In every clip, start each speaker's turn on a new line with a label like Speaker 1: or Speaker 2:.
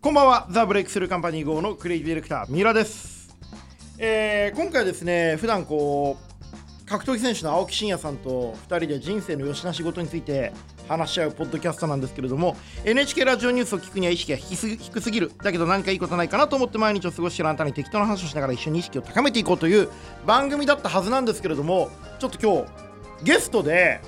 Speaker 1: こんばんは、ザ・ブレイクスルーカンパニー号のクリエイティブディレクター、三浦です。えー今回はですね、普段こう、格闘技選手の青木真也さんと2人で人生の良しな仕事について話し合うポッドキャストなんですけれども NHK ラジオニュースを聞くには意識が低すぎ低すぎるだけど何かいいことないかなと思って毎日を過ごしているあなたに適当な話をしながら一緒に意識を高めていこうという番組だったはずなんですけれどもちょっと今日ゲストで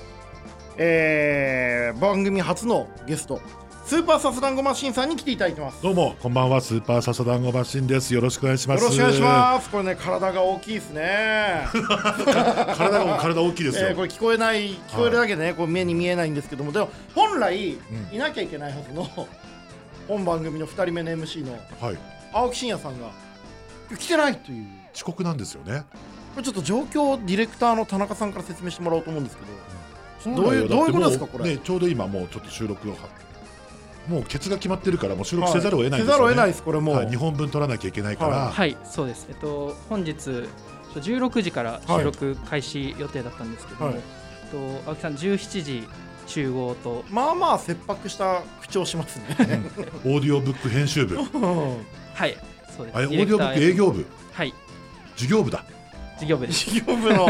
Speaker 1: えー番組初のゲストスーパーサスダンゴマシンさんに来ていただいてますよ
Speaker 2: どうもこんばんはスーパーササダンゴマシンですよろしくお願いしま
Speaker 1: ろ
Speaker 2: す
Speaker 1: しくお願いしますこれね体が大きいですね、
Speaker 2: す体も体大きいですよ、
Speaker 1: えーこれ聞こえない聞こえるだけでね、こう目に見えないんですけどもでも本来いなきゃいけないはずの、本番組の2人目の MC の
Speaker 2: はい
Speaker 1: 青木真也さんが来てないという
Speaker 2: 遅刻なんですよね
Speaker 1: これちょっと状況をディレクターの田中さんから説明してもらおうと思うんですけどどういう
Speaker 2: 本来はだって
Speaker 1: どういうこと
Speaker 2: も
Speaker 1: ですかこれ
Speaker 2: ねちょうど今もうちょっと収録をもうケツが決まってるからもう収録せざるを得ない
Speaker 1: せ
Speaker 2: で
Speaker 1: ざ
Speaker 2: すよね、
Speaker 1: るを得ないですこれもう、
Speaker 2: はい、2本分取らなきゃいけないから、
Speaker 1: は
Speaker 3: はい、そうです。えっと本日ちょっと16時から収録開始予定だったんですけども、
Speaker 1: はい
Speaker 3: えっと青木さん17時集合と
Speaker 1: まあまあ切迫した口調します ね
Speaker 2: うんオーディオブック編集部
Speaker 1: うん
Speaker 3: はい、そうです。
Speaker 2: あれオ
Speaker 3: デ
Speaker 2: ーディオ
Speaker 3: ィレク
Speaker 2: ブ
Speaker 3: タ
Speaker 2: ック営業部
Speaker 3: はい、
Speaker 2: 事業部だ
Speaker 3: 事業部です。
Speaker 1: 事業部の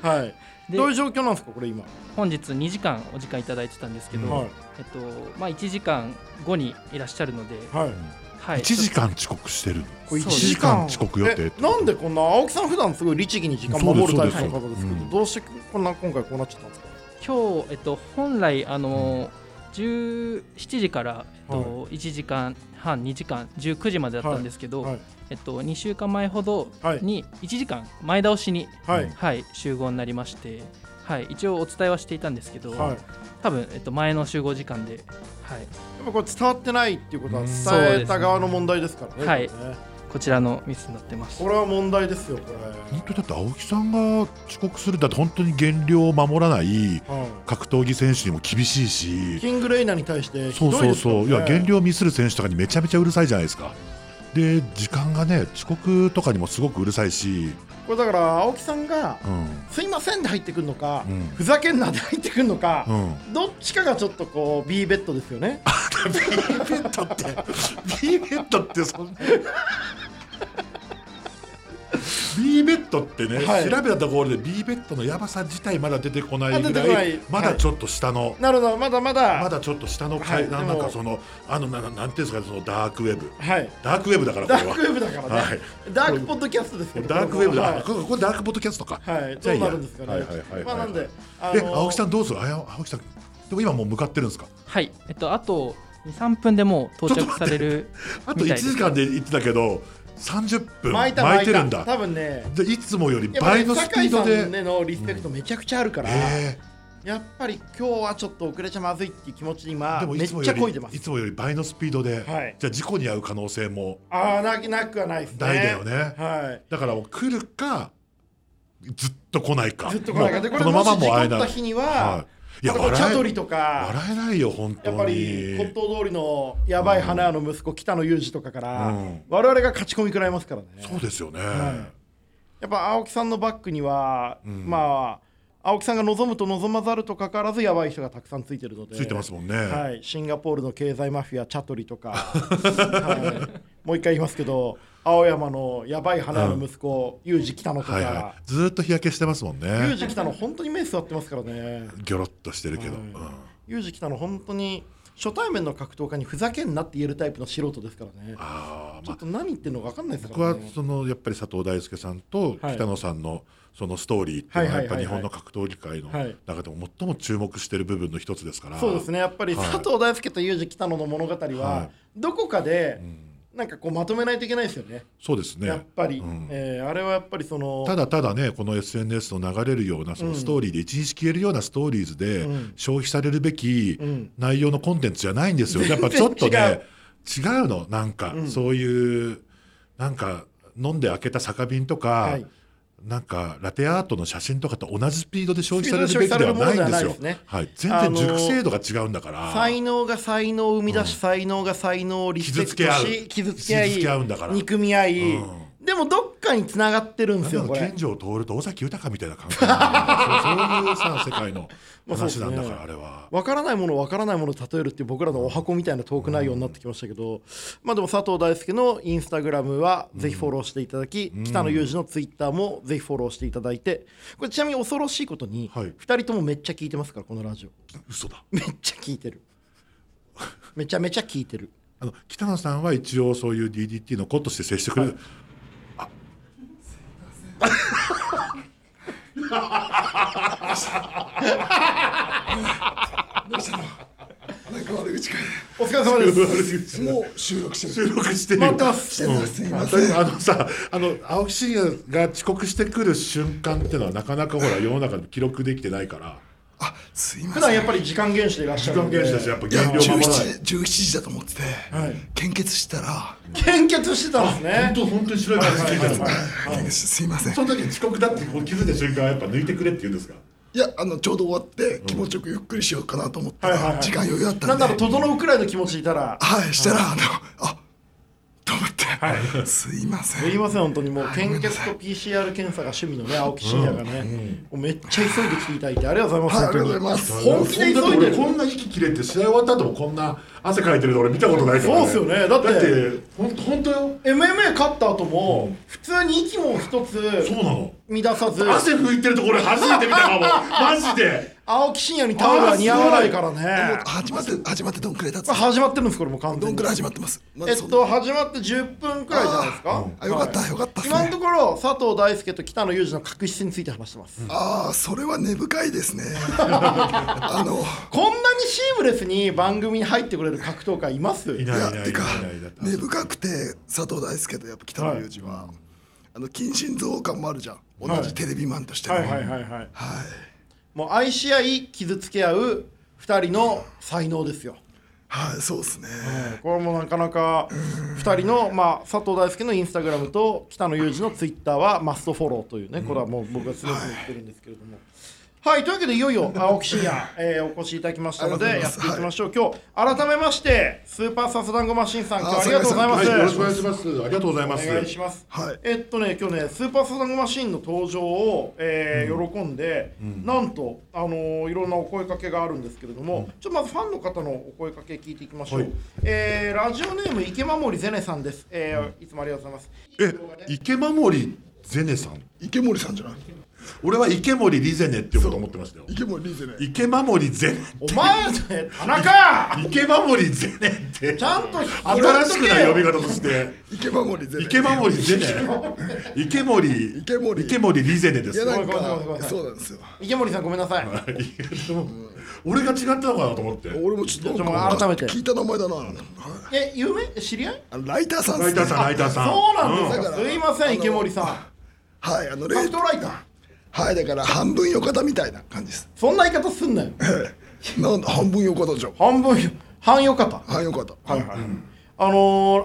Speaker 1: はい
Speaker 3: で
Speaker 1: どういう状況なんですかこれ今、
Speaker 3: 本日2時間お時間いただいてたんですけど、
Speaker 2: うん
Speaker 1: はい
Speaker 3: えっとまあ1時間後にいらっしゃるので、
Speaker 1: はい
Speaker 3: はい、
Speaker 2: 1時間遅刻してる
Speaker 1: これ
Speaker 3: そう
Speaker 1: 1
Speaker 3: です
Speaker 1: 時間
Speaker 2: 1時間遅刻予定って
Speaker 1: えなんでこんな青木さん普段すごい律儀に時間守るタイプの方ですけど
Speaker 2: そうですそうです
Speaker 1: どうしてこんな今回こうなっちゃったんですか
Speaker 3: 今日えっと本来あの17時から、えっと1時間半2時間19時までだったんですけど、
Speaker 1: はい
Speaker 3: えっと、2週間前ほど
Speaker 1: はい
Speaker 3: に1時間前倒しに、
Speaker 1: はい
Speaker 3: 集合になりまして、はい、一応お伝えはしていたんですけど、
Speaker 1: はいやっ
Speaker 3: 多分、えっと、前の集合時間で、はい、
Speaker 1: ぱこれ伝わってないっていうことは
Speaker 2: うん
Speaker 1: 伝えた側の問題ですからね
Speaker 3: はい
Speaker 1: これね
Speaker 3: こちらのミスになってます
Speaker 1: こ。れは問題ですよこれ
Speaker 2: 本当だって青木さんが遅刻するだって本当に減量を守らない
Speaker 1: は
Speaker 2: 格闘技選手にも厳しい
Speaker 1: い
Speaker 2: し
Speaker 1: キングレイナーに対してひ
Speaker 2: そう
Speaker 1: どい
Speaker 2: そ
Speaker 1: で
Speaker 2: う
Speaker 1: すから
Speaker 2: そう、
Speaker 1: ね
Speaker 2: いや減量ミスる選手とかにめちゃめちゃうるさいじゃないですか。で時間がね遅刻とかにもすごくうるさいし、
Speaker 1: これだから青木さんが
Speaker 2: うん
Speaker 1: すいませんで入ってくるのか
Speaker 2: うん
Speaker 1: ふざけんなで入ってくるのか
Speaker 2: うん、
Speaker 1: どっちかがちょっとこう B ベッドですよね
Speaker 2: B ベッドって B ベッドってそんな B ベッドってね、
Speaker 1: はい
Speaker 2: 調べたところで B ベッドのやばさ自体まだ出てこないぐ
Speaker 1: あ出
Speaker 2: ら
Speaker 1: て
Speaker 2: い
Speaker 1: こない
Speaker 2: まだちょっと下の、
Speaker 1: なるほどまだまだ
Speaker 2: まだちょっと下の
Speaker 1: はい
Speaker 2: 階、ななん
Speaker 1: でも
Speaker 2: かそのあのなななんていうんですかそのダークウェブ
Speaker 1: はい
Speaker 2: ダークウェブだからこ
Speaker 1: ダ
Speaker 2: れ
Speaker 1: ー
Speaker 2: は
Speaker 1: クウェブだからね、
Speaker 2: はい
Speaker 1: ダークポッドキャストですけど
Speaker 2: ダークウェブだ、
Speaker 1: はい
Speaker 2: これこれダークポッドキャストか
Speaker 1: はい、
Speaker 2: じ
Speaker 1: ど
Speaker 2: ゃ
Speaker 1: う
Speaker 2: あいいや
Speaker 1: なるんですかね。
Speaker 2: はいはいはいはい
Speaker 1: まあなんで、あ
Speaker 2: で青木さ
Speaker 1: ん、
Speaker 2: んどうするあや青木さんでも今もう向かってるんですか
Speaker 3: はい、えっと、あと2、3分でもう到着される
Speaker 2: あと
Speaker 3: みた
Speaker 2: 1
Speaker 3: いです
Speaker 2: 時間で行ってたけど30分
Speaker 1: 巻いた
Speaker 2: 巻いてる
Speaker 1: 巻
Speaker 2: ん
Speaker 1: い
Speaker 2: だ
Speaker 1: た多分ね、
Speaker 2: でいつもより
Speaker 1: やっぱね
Speaker 2: 倍のスピード
Speaker 1: 酒井さ
Speaker 2: で、
Speaker 1: んねのリスペクトめちゃくちゃあるから、
Speaker 2: え
Speaker 1: やっぱり今日はちょっと遅れちゃまずいっていう気持ちに
Speaker 2: ー
Speaker 1: 今
Speaker 2: でも
Speaker 1: め
Speaker 2: い
Speaker 1: っ
Speaker 2: つも
Speaker 1: ちゃ
Speaker 2: よ
Speaker 1: こい
Speaker 2: り
Speaker 1: でま
Speaker 2: い
Speaker 1: す。
Speaker 2: つもより倍のスピードで、
Speaker 1: はい
Speaker 2: じゃあ事故に遭う可能性も
Speaker 1: ああななくはないですね。
Speaker 2: ないだよね
Speaker 1: はい。
Speaker 2: だからもう来るかずっと来ないか
Speaker 1: ずっとこないからで
Speaker 2: も
Speaker 1: これ
Speaker 2: うこのまま
Speaker 1: もし
Speaker 2: もう会え
Speaker 1: 事故
Speaker 2: な
Speaker 1: った
Speaker 2: い、
Speaker 1: 日に
Speaker 2: は
Speaker 1: は、
Speaker 2: い、いや
Speaker 1: あとこうチャド
Speaker 2: 笑
Speaker 1: リとか
Speaker 2: え。笑えないよ本当
Speaker 1: や
Speaker 2: に
Speaker 1: っぱり骨董通りのやばい花屋の息子、北野裕二とかから、
Speaker 2: うん
Speaker 1: 我々が勝ち込み食らいますからね
Speaker 2: そうですよね、
Speaker 1: やっぱ青木さんのバッグには、
Speaker 2: ん
Speaker 1: まあ青木さんが望むと望まざるとかかわらずやばい人がたくさんついてるので
Speaker 2: ついてますもんね、
Speaker 1: はい、シンガポールの経済マフィアチャトリと か、はい、もう一回言いますけど青山のやばい花屋の息子、ユージ北野と
Speaker 2: はいは
Speaker 1: か、
Speaker 2: い、ずーっと日焼けしてますもん
Speaker 1: ユー
Speaker 2: ね
Speaker 1: ジ北野本当に目座ってますからね
Speaker 2: ギョロッとしてるけど、
Speaker 1: はい
Speaker 2: うん
Speaker 1: ユージ北野本当に初対面の格闘家にふざけんなって言えるタイプの素人ですからね
Speaker 2: あー
Speaker 1: ちょ
Speaker 2: ま
Speaker 1: っ
Speaker 2: あ
Speaker 1: と何言ってるのか分かんないですか
Speaker 2: 僕
Speaker 1: ら
Speaker 2: は
Speaker 1: ね
Speaker 2: そのやっぱり佐藤大輔さんと
Speaker 1: はい
Speaker 2: 北野さんのそのストーリーっていうのは
Speaker 1: はいはいはいはい
Speaker 2: やっぱり日本の格闘技界の
Speaker 1: はい
Speaker 2: 中でも最も注目してる部分の一つですから
Speaker 1: そうですねやっぱり
Speaker 2: はい
Speaker 1: 佐藤大輔とユージ北野の物語
Speaker 2: は
Speaker 1: はいどこかで
Speaker 2: ん
Speaker 1: なんかこうまとめないといけないですよね
Speaker 2: そうですね
Speaker 1: やっぱり
Speaker 2: うん
Speaker 1: えーあれはやっぱりその
Speaker 2: ただただねこの SNS の流れるようなそのストーリーで一日消えるようなストーリーズで
Speaker 1: うん
Speaker 2: 消費されるべき
Speaker 1: うん
Speaker 2: 内容のコンテンツじゃないん ですよやっぱちょっとね違うのなんか
Speaker 1: うん
Speaker 2: そういうなんか飲んで開けた酒瓶と
Speaker 1: は
Speaker 2: か
Speaker 1: い
Speaker 2: なんかラテアートの写真とかと同じスピードで消費されるべきではないんです
Speaker 1: ス
Speaker 2: よ
Speaker 1: ピードで消費されるものではないですね。
Speaker 2: はい、全然熟成度が違うんだから。
Speaker 1: 才能が才能を生み出し才能が才能をリスペクト
Speaker 2: 傷つけ合
Speaker 1: し
Speaker 2: う
Speaker 1: 傷つけ合い
Speaker 2: 傷つけ合うんだから
Speaker 1: 憎み合い
Speaker 2: うん
Speaker 1: ででもどっかに繋がってるんですよ
Speaker 2: なん
Speaker 1: こ
Speaker 2: だろう
Speaker 1: れ
Speaker 2: 健城徹と尾崎豊みたいな 感覚なんだよそうそういうさ世界の話なんだから、
Speaker 1: まあ
Speaker 2: あれは。
Speaker 1: 分からないものを分からないものを例えるっていう僕らのお箱みたいなトーク内容になってきましたけど、まあでも佐藤大輔のインスタグラムはぜひフォローしていただき、
Speaker 2: うん
Speaker 1: 北野裕二のツイッターもぜひフォローしていただいてこれちなみに恐ろしいことに
Speaker 2: はい
Speaker 1: 2人ともめっちゃ聞いてますからこのラジオ
Speaker 2: 嘘だ
Speaker 1: めっちゃ聞いてるめちゃめちゃ聞いてる
Speaker 2: あの北野さんは一応そういう DDT の子として接してくれる、
Speaker 4: なんか悪口か
Speaker 1: お疲れ様です
Speaker 4: もう収録して る
Speaker 2: 収録してる
Speaker 1: 待ってます
Speaker 4: してますすいません
Speaker 2: あのさあの青木真也が遅刻してくる瞬間っていうのはなかなかほら世の中で記録できてないから
Speaker 4: あすい
Speaker 1: 普
Speaker 4: ません
Speaker 1: 段やっぱり時間厳守でいらっしゃ
Speaker 2: 時
Speaker 1: る
Speaker 2: 間
Speaker 1: んで
Speaker 2: 厳守だしやっぱ
Speaker 4: いや
Speaker 2: 減量守らない
Speaker 4: 17時17時だと思ってて、献血したら、
Speaker 1: 献血してたんですね
Speaker 2: 本当本当に白い話聞いてる
Speaker 4: 献血すいません
Speaker 2: その時に遅刻だってこう気づいた瞬間はやっぱ抜いてくれって言うんですか
Speaker 4: いやあのちょうど終わって気持ちよくゆっくりしようかなと思ったら、時間余裕あった
Speaker 1: なん
Speaker 4: んで
Speaker 1: だろう整うくらいの気持ちでいたら
Speaker 4: はいしたら、あのあと思って、すいませ
Speaker 1: すい
Speaker 4: ん
Speaker 1: ません本当にもう献血と PCR 検査が趣味のね青木真也がね、もうめっちゃ急いで来ていただいてありがとうございます
Speaker 4: はいありがとうございます
Speaker 1: 本気で急いでる
Speaker 2: こんな息切れて試合終わった後もこんな汗かいてるの俺見たことないから、
Speaker 1: そうっすよねだって
Speaker 2: 本当本当よ
Speaker 1: MMA 勝った後も、普通に息も一
Speaker 2: そう
Speaker 1: つ
Speaker 2: なの
Speaker 1: 乱さず
Speaker 2: 汗拭いてるところ初めて見たかもマジで
Speaker 1: 青木真也にタオルが似合わないからね
Speaker 4: 始まって始まってどんくらい経つ
Speaker 1: これ始まってるんですこれもう完
Speaker 4: ど
Speaker 1: 全
Speaker 4: ん
Speaker 1: に
Speaker 4: くらい始まってますま
Speaker 1: え
Speaker 4: だ
Speaker 1: っ
Speaker 4: そんな
Speaker 1: と始まって10分くらいじゃないですか、
Speaker 4: あよかったよかったっすね
Speaker 1: 今のところ佐藤大輔と北野裕二の確執について話してます、
Speaker 4: ああそれは根深 いですねあの
Speaker 1: こんなにシームレスに番組に入ってくれる格闘家います
Speaker 2: い
Speaker 4: い
Speaker 2: ないいな
Speaker 4: や
Speaker 2: いいない
Speaker 4: てか
Speaker 2: いない
Speaker 4: 根深くて佐藤大輔とやっぱ北野裕二は、あの近親像感もあるじゃん同じテレビマンとしての、
Speaker 1: はいはいはいはい
Speaker 4: はい
Speaker 1: もう愛し合い傷つけ合う2人の才能ですよ
Speaker 4: はいそうですね、
Speaker 1: これもなかなか2人の、まあ、佐藤大輔のインスタグラムと北野裕二のツイッターはマストフォローというねこれはもう僕が常々言ってるんですけれども。はいというわけでいよいよ青木真 也、えーお越しいただきましたので
Speaker 4: あり
Speaker 1: や
Speaker 4: が
Speaker 1: っ
Speaker 4: と
Speaker 1: て
Speaker 4: う
Speaker 1: い
Speaker 4: ござ
Speaker 1: き
Speaker 4: い
Speaker 1: ま
Speaker 4: ま
Speaker 1: しょう今日改めましてスーパーサスダンゴマシンさん今日
Speaker 4: あ
Speaker 1: ありがとうございます
Speaker 2: はい、よろしくお願いしますありがとうございます
Speaker 1: お願いします。
Speaker 4: はい
Speaker 1: えっとね、今日ね、スーパーサダンゴマシーンの登場を、えー喜んで、なんと、あのーいろんなお声かけがあるんですけれども、ちょっとまずファンの方のお声かけ聞いていきましょう。
Speaker 2: はい
Speaker 1: えーラジオネーム池守ゼネさんです、えーいつもありがとうございます。
Speaker 2: え池守ゼネさん
Speaker 4: 池森さんじゃない
Speaker 2: 俺は池守リゼネって呼ぼうと思ってましたよ
Speaker 4: 池森リーゼね
Speaker 2: 池守ゼネ
Speaker 1: お前ね、田中、
Speaker 2: 池守ゼネって
Speaker 1: ちゃんと
Speaker 2: 新しくない呼び
Speaker 1: 方。
Speaker 2: 方として
Speaker 4: 池守リーゼね
Speaker 2: 池守ゼネ池守
Speaker 4: 池守
Speaker 2: 池守リゼネで
Speaker 4: い
Speaker 2: す
Speaker 4: やなん
Speaker 1: ごめんごめんごめんごめ
Speaker 4: か
Speaker 1: ん
Speaker 4: そうなんですよ
Speaker 1: 池森さんごめんなさい。
Speaker 2: 俺が違ったのかなと思って
Speaker 4: 俺もちょっと
Speaker 1: ちょっともう改めて
Speaker 4: 聞いた名前だな、はい
Speaker 1: え、有名知り合い？
Speaker 4: あのライターさん
Speaker 2: ラ
Speaker 4: で
Speaker 2: イ
Speaker 4: す
Speaker 2: ター
Speaker 4: ね
Speaker 2: さんライターさん
Speaker 1: そうなんです
Speaker 4: う
Speaker 1: か。
Speaker 4: ん
Speaker 1: すいませ
Speaker 4: あ
Speaker 1: ん
Speaker 4: の
Speaker 1: 池森さん。
Speaker 4: はいあのレ
Speaker 1: ファ
Speaker 4: イ
Speaker 1: クトライター。
Speaker 4: はいだから半分横田みたいな感じです
Speaker 1: そんな言い方すんなよ。
Speaker 4: なんだ半分横田じゃん
Speaker 1: 半分よ、半よかった。
Speaker 4: 半横田
Speaker 1: はいはい。あの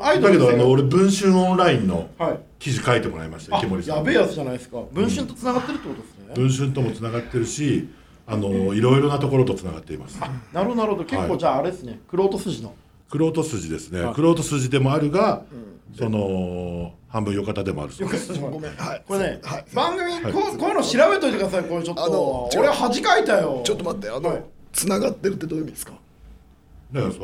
Speaker 1: ー、アイド
Speaker 2: だけ
Speaker 1: ルで
Speaker 2: ど
Speaker 1: す
Speaker 2: あ
Speaker 1: ね
Speaker 2: の俺文春オンラインの
Speaker 1: はい
Speaker 2: 記事書いてもらいました池守
Speaker 1: あ
Speaker 2: さ
Speaker 1: や
Speaker 2: ん
Speaker 1: べえやつじゃないですか。文春と繋がってるってことですね。
Speaker 2: 文春ともつながってるしあのいろいろなところとつながっています
Speaker 1: なるほどなるほど。結
Speaker 2: は
Speaker 1: 構
Speaker 2: い
Speaker 1: じゃああれですね。クロート筋の。
Speaker 2: クロート筋ですねクロート筋でもあるがその半分よかたでもあるそうです
Speaker 4: ごめんはい
Speaker 1: これね
Speaker 4: はい、
Speaker 1: 番組
Speaker 2: い
Speaker 1: こうこういうの調べといてください。これちょっ
Speaker 4: あ
Speaker 1: と
Speaker 4: の。
Speaker 1: 俺恥かいたよ。
Speaker 4: ちょっと待ってあ
Speaker 1: はい
Speaker 4: の繋がってるってどういう意味ですか
Speaker 2: だからさ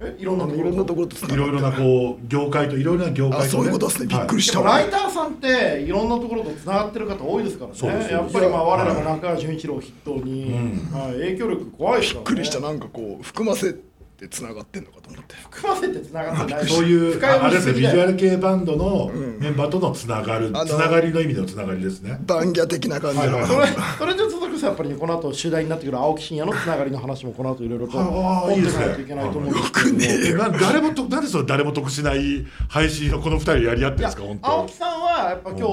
Speaker 1: えいろんな
Speaker 4: あの
Speaker 1: と
Speaker 4: い
Speaker 1: こ
Speaker 4: ろんな
Speaker 1: ろ。
Speaker 4: ところと繋
Speaker 2: い
Speaker 4: が
Speaker 2: ろいろなこう業界といろいろな業界
Speaker 4: あそういうことですねびっくり
Speaker 2: し
Speaker 4: し
Speaker 1: で
Speaker 4: た
Speaker 1: も
Speaker 4: わ
Speaker 1: ライターさんっていろんなところと繋がってる方多いですから
Speaker 2: そうです
Speaker 1: ね。
Speaker 2: そう
Speaker 1: や
Speaker 2: で
Speaker 1: っ
Speaker 2: す
Speaker 1: ぱりまあ我らが中川純一郎を筆頭に、はい、影響力怖いですか
Speaker 4: びっ
Speaker 1: らね。
Speaker 4: くりしたなんかこう含ませて繋がってんのかと思って
Speaker 1: 組ませて繋がってない。
Speaker 2: そういう
Speaker 1: 深
Speaker 2: ああれ
Speaker 1: 読み
Speaker 2: です
Speaker 1: し
Speaker 2: ね
Speaker 1: す
Speaker 2: ビ
Speaker 1: ぎ
Speaker 2: ジ
Speaker 1: だ
Speaker 2: ュア
Speaker 1: よ。
Speaker 2: ル系バンドのメンバーとのつながるつ
Speaker 4: あの
Speaker 2: ながりの意味でのつながりですね
Speaker 4: 番屋的な感じの、
Speaker 2: はい
Speaker 1: それそれで続くとやっぱりねこの後主題になってくる青木真也のつながりの話もこの後いろいろと
Speaker 2: ああ
Speaker 1: 持っていかないといけないと思うんですけど
Speaker 4: いいですね
Speaker 2: えな誰もとなんでその誰も得しない配信をこの二人やり合ってるんですか本当
Speaker 1: 青木さんはやっぱ今日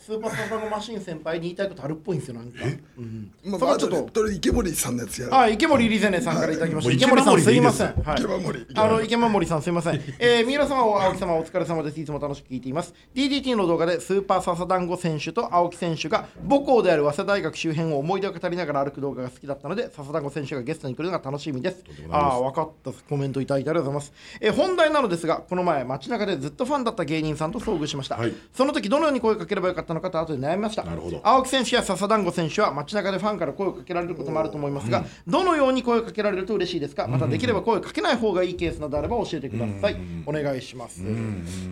Speaker 1: スーパーサーサゴマシン先輩に言いたいことあるっぽいんですよなんか、うん、
Speaker 4: ま
Speaker 1: そ
Speaker 4: あ、ま
Speaker 1: こは
Speaker 4: あ
Speaker 1: ち
Speaker 4: ち
Speaker 1: ょ
Speaker 4: ょ
Speaker 1: っ
Speaker 4: っ
Speaker 1: と
Speaker 4: ととりあえず池森さんのやつやる、
Speaker 1: はい池森リゼネさんからいただきました、
Speaker 2: もう
Speaker 1: 池森さんすいません
Speaker 2: 池
Speaker 1: はい
Speaker 4: 池森
Speaker 1: あの池守さんすみませ ん、えー、三浦様、青木様、お疲れ様です。いつも楽しく聞いています。DDT の動画でスーパーササダンゴ選手と青木選手が母校である早稲田大学周辺を思い出を語りながら歩く動画が好きだったので、ササダンゴ選手がゲストに来るのが楽しみです。ああー、分かったです。コメントいただいてありがとうございます。えー、本題なのですが、この前、街中でずっとファンだった芸人さんと遭遇しました。
Speaker 2: はい
Speaker 1: その時どうどのように声をかければよかったのかと後で悩みました
Speaker 2: なるほど
Speaker 1: 青木選手や笹団子選手は街中でファンから声をかけられることもあると思いますが、どのように声をかけられると嬉しいですかまたできれば声をかけない方がいいケースなどあれば教えてください、お願いします、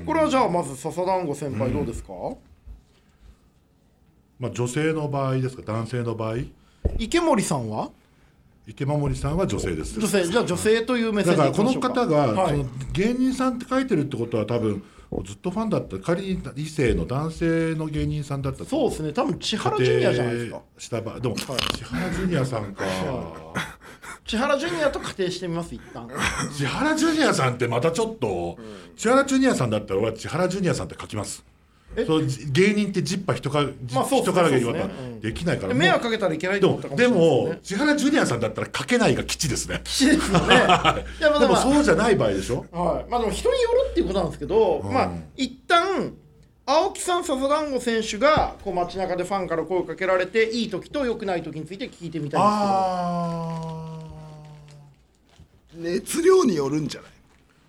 Speaker 1: これはじゃあまず笹団子先輩どうですか、
Speaker 2: まあ、女性の場合ですか男性の場合
Speaker 1: 池森さんは
Speaker 2: 池守さんは女性です
Speaker 1: 女性じゃあ女性という目線で
Speaker 2: だから
Speaker 1: いき
Speaker 2: こ
Speaker 1: ま
Speaker 2: の
Speaker 1: しょうか
Speaker 2: 方が、
Speaker 1: はい
Speaker 2: その芸人さんって書いてるってことは多分ずっとファンだった仮に異性の男性の芸人さんだった
Speaker 1: そうです
Speaker 2: ね
Speaker 1: ね多分千原ジュニアじゃないですか
Speaker 2: した場合でも、千原ジュニアさんか
Speaker 1: 千原ジュニアと仮定してみます一旦
Speaker 2: 千原ジュニアさんってまたちょっと、千原ジュニアさんだったら俺は千原ジュニアさんって書きます
Speaker 1: え
Speaker 2: そう芸人ってジッパ人から、じ
Speaker 1: まあそうですね
Speaker 2: 人からげには
Speaker 1: そう
Speaker 2: やっ
Speaker 1: ですねうん
Speaker 2: ぱできないから、
Speaker 1: 迷
Speaker 2: もう
Speaker 1: 惑かけたらいけない
Speaker 2: で
Speaker 1: と思
Speaker 2: も
Speaker 1: ったかもし
Speaker 2: で
Speaker 1: れないです
Speaker 2: も
Speaker 1: ね
Speaker 2: 千原ジュニアさんだったら書けないが基地ですね
Speaker 1: 騎士 ですよねいやまあでも
Speaker 2: でもそうじゃない場合でしょ
Speaker 1: はい、まあでも人によるっていうことなんですけど、
Speaker 2: うん
Speaker 1: まあ一旦青木さん笹団子選手がこう街中でファンから声をかけられていい時と良くない時について聞いてみたいんで
Speaker 2: あ
Speaker 4: 熱量によるんじゃない
Speaker 1: す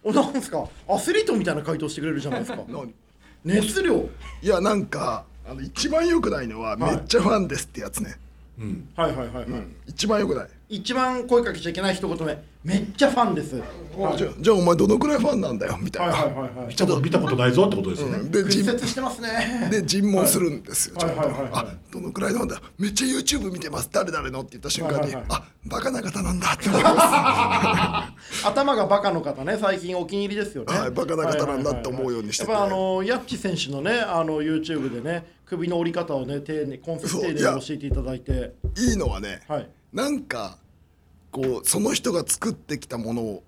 Speaker 1: けどおなんですかアスリートみたいな回答してくれるじゃないですか
Speaker 4: 何
Speaker 1: 熱量
Speaker 4: いやなんかあの一番良くないのは、めっちゃファンですってやつね
Speaker 1: はいはいはいはい、
Speaker 4: 一番良くない、
Speaker 1: 一番声かけちゃいけない一言目めっちゃファンですはい
Speaker 4: じゃあじゃあお前どのくらいファンなんだよみたいな、
Speaker 1: はい はい
Speaker 2: 見たこと見たことないぞってことですよね、
Speaker 4: うんで
Speaker 1: 屈
Speaker 4: 尋
Speaker 1: 折してますね
Speaker 4: で尋問するんですよ、
Speaker 1: はい
Speaker 4: ちゃんと
Speaker 1: はいはいはい
Speaker 4: あどのくらいなんだめっちゃ YouTube 見てます誰々のって言った瞬間に、
Speaker 1: はいはいはい
Speaker 4: あバカな方なんだって思いま
Speaker 1: 頭がバカの方ね最近お気に入りですよね、
Speaker 4: はいバカな方なんだって思うようにしてて
Speaker 1: やっぱあのヤッチ選手のねあの YouTube でね首の折り方をね丁寧コンセプト丁寧に教えていただいて
Speaker 4: すいいのはね、
Speaker 1: はい
Speaker 4: なんかこうその人が作ってきたものを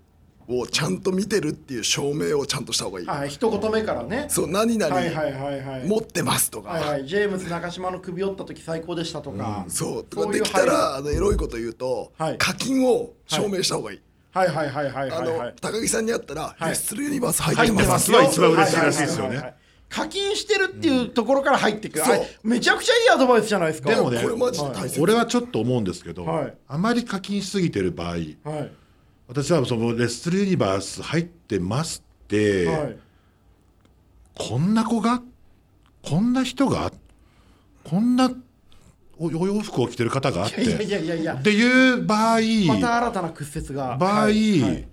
Speaker 4: をちゃんと見てるっていう証明をちゃんとした方がいい、
Speaker 1: はい一言目からね
Speaker 4: そう何々
Speaker 1: はいはいはいはい
Speaker 4: 持ってますとか、
Speaker 1: はいはいジェームズ中島の首折った時最高でしたとか、
Speaker 4: そうと
Speaker 1: そ
Speaker 4: か
Speaker 1: うい
Speaker 4: で
Speaker 1: う
Speaker 4: きた
Speaker 1: 配慮
Speaker 4: らあのエロいこと言うと、
Speaker 1: はい
Speaker 4: 課金を証明した方がいい、
Speaker 1: はいはいはいはいはい
Speaker 4: あ
Speaker 1: は
Speaker 4: の
Speaker 1: い
Speaker 4: 高木さんに会ったら、
Speaker 1: い
Speaker 4: レッスルユニバース入
Speaker 1: 入
Speaker 4: っ
Speaker 1: って
Speaker 4: てま
Speaker 1: ますす
Speaker 2: よ
Speaker 1: よ
Speaker 2: 一番嬉しいらしいですよね
Speaker 1: ははは課金してるっていうところから入ってくる、
Speaker 4: そう
Speaker 1: あれめちゃくちゃいいアドバイスじゃないですか
Speaker 2: でもね
Speaker 4: これマジで大切、
Speaker 2: 俺はちょっと思うんですけど、
Speaker 1: はい
Speaker 2: あまり課金しすぎてる場合
Speaker 1: はい
Speaker 2: 私はそのレッスルユニバース入ってますって、
Speaker 1: はい
Speaker 2: こんな子がこんな人がこんなおお洋服を着てる方があって
Speaker 1: いやいやいやいや
Speaker 2: っていう場合
Speaker 1: また新たな屈折が
Speaker 2: 場合、
Speaker 1: はいはい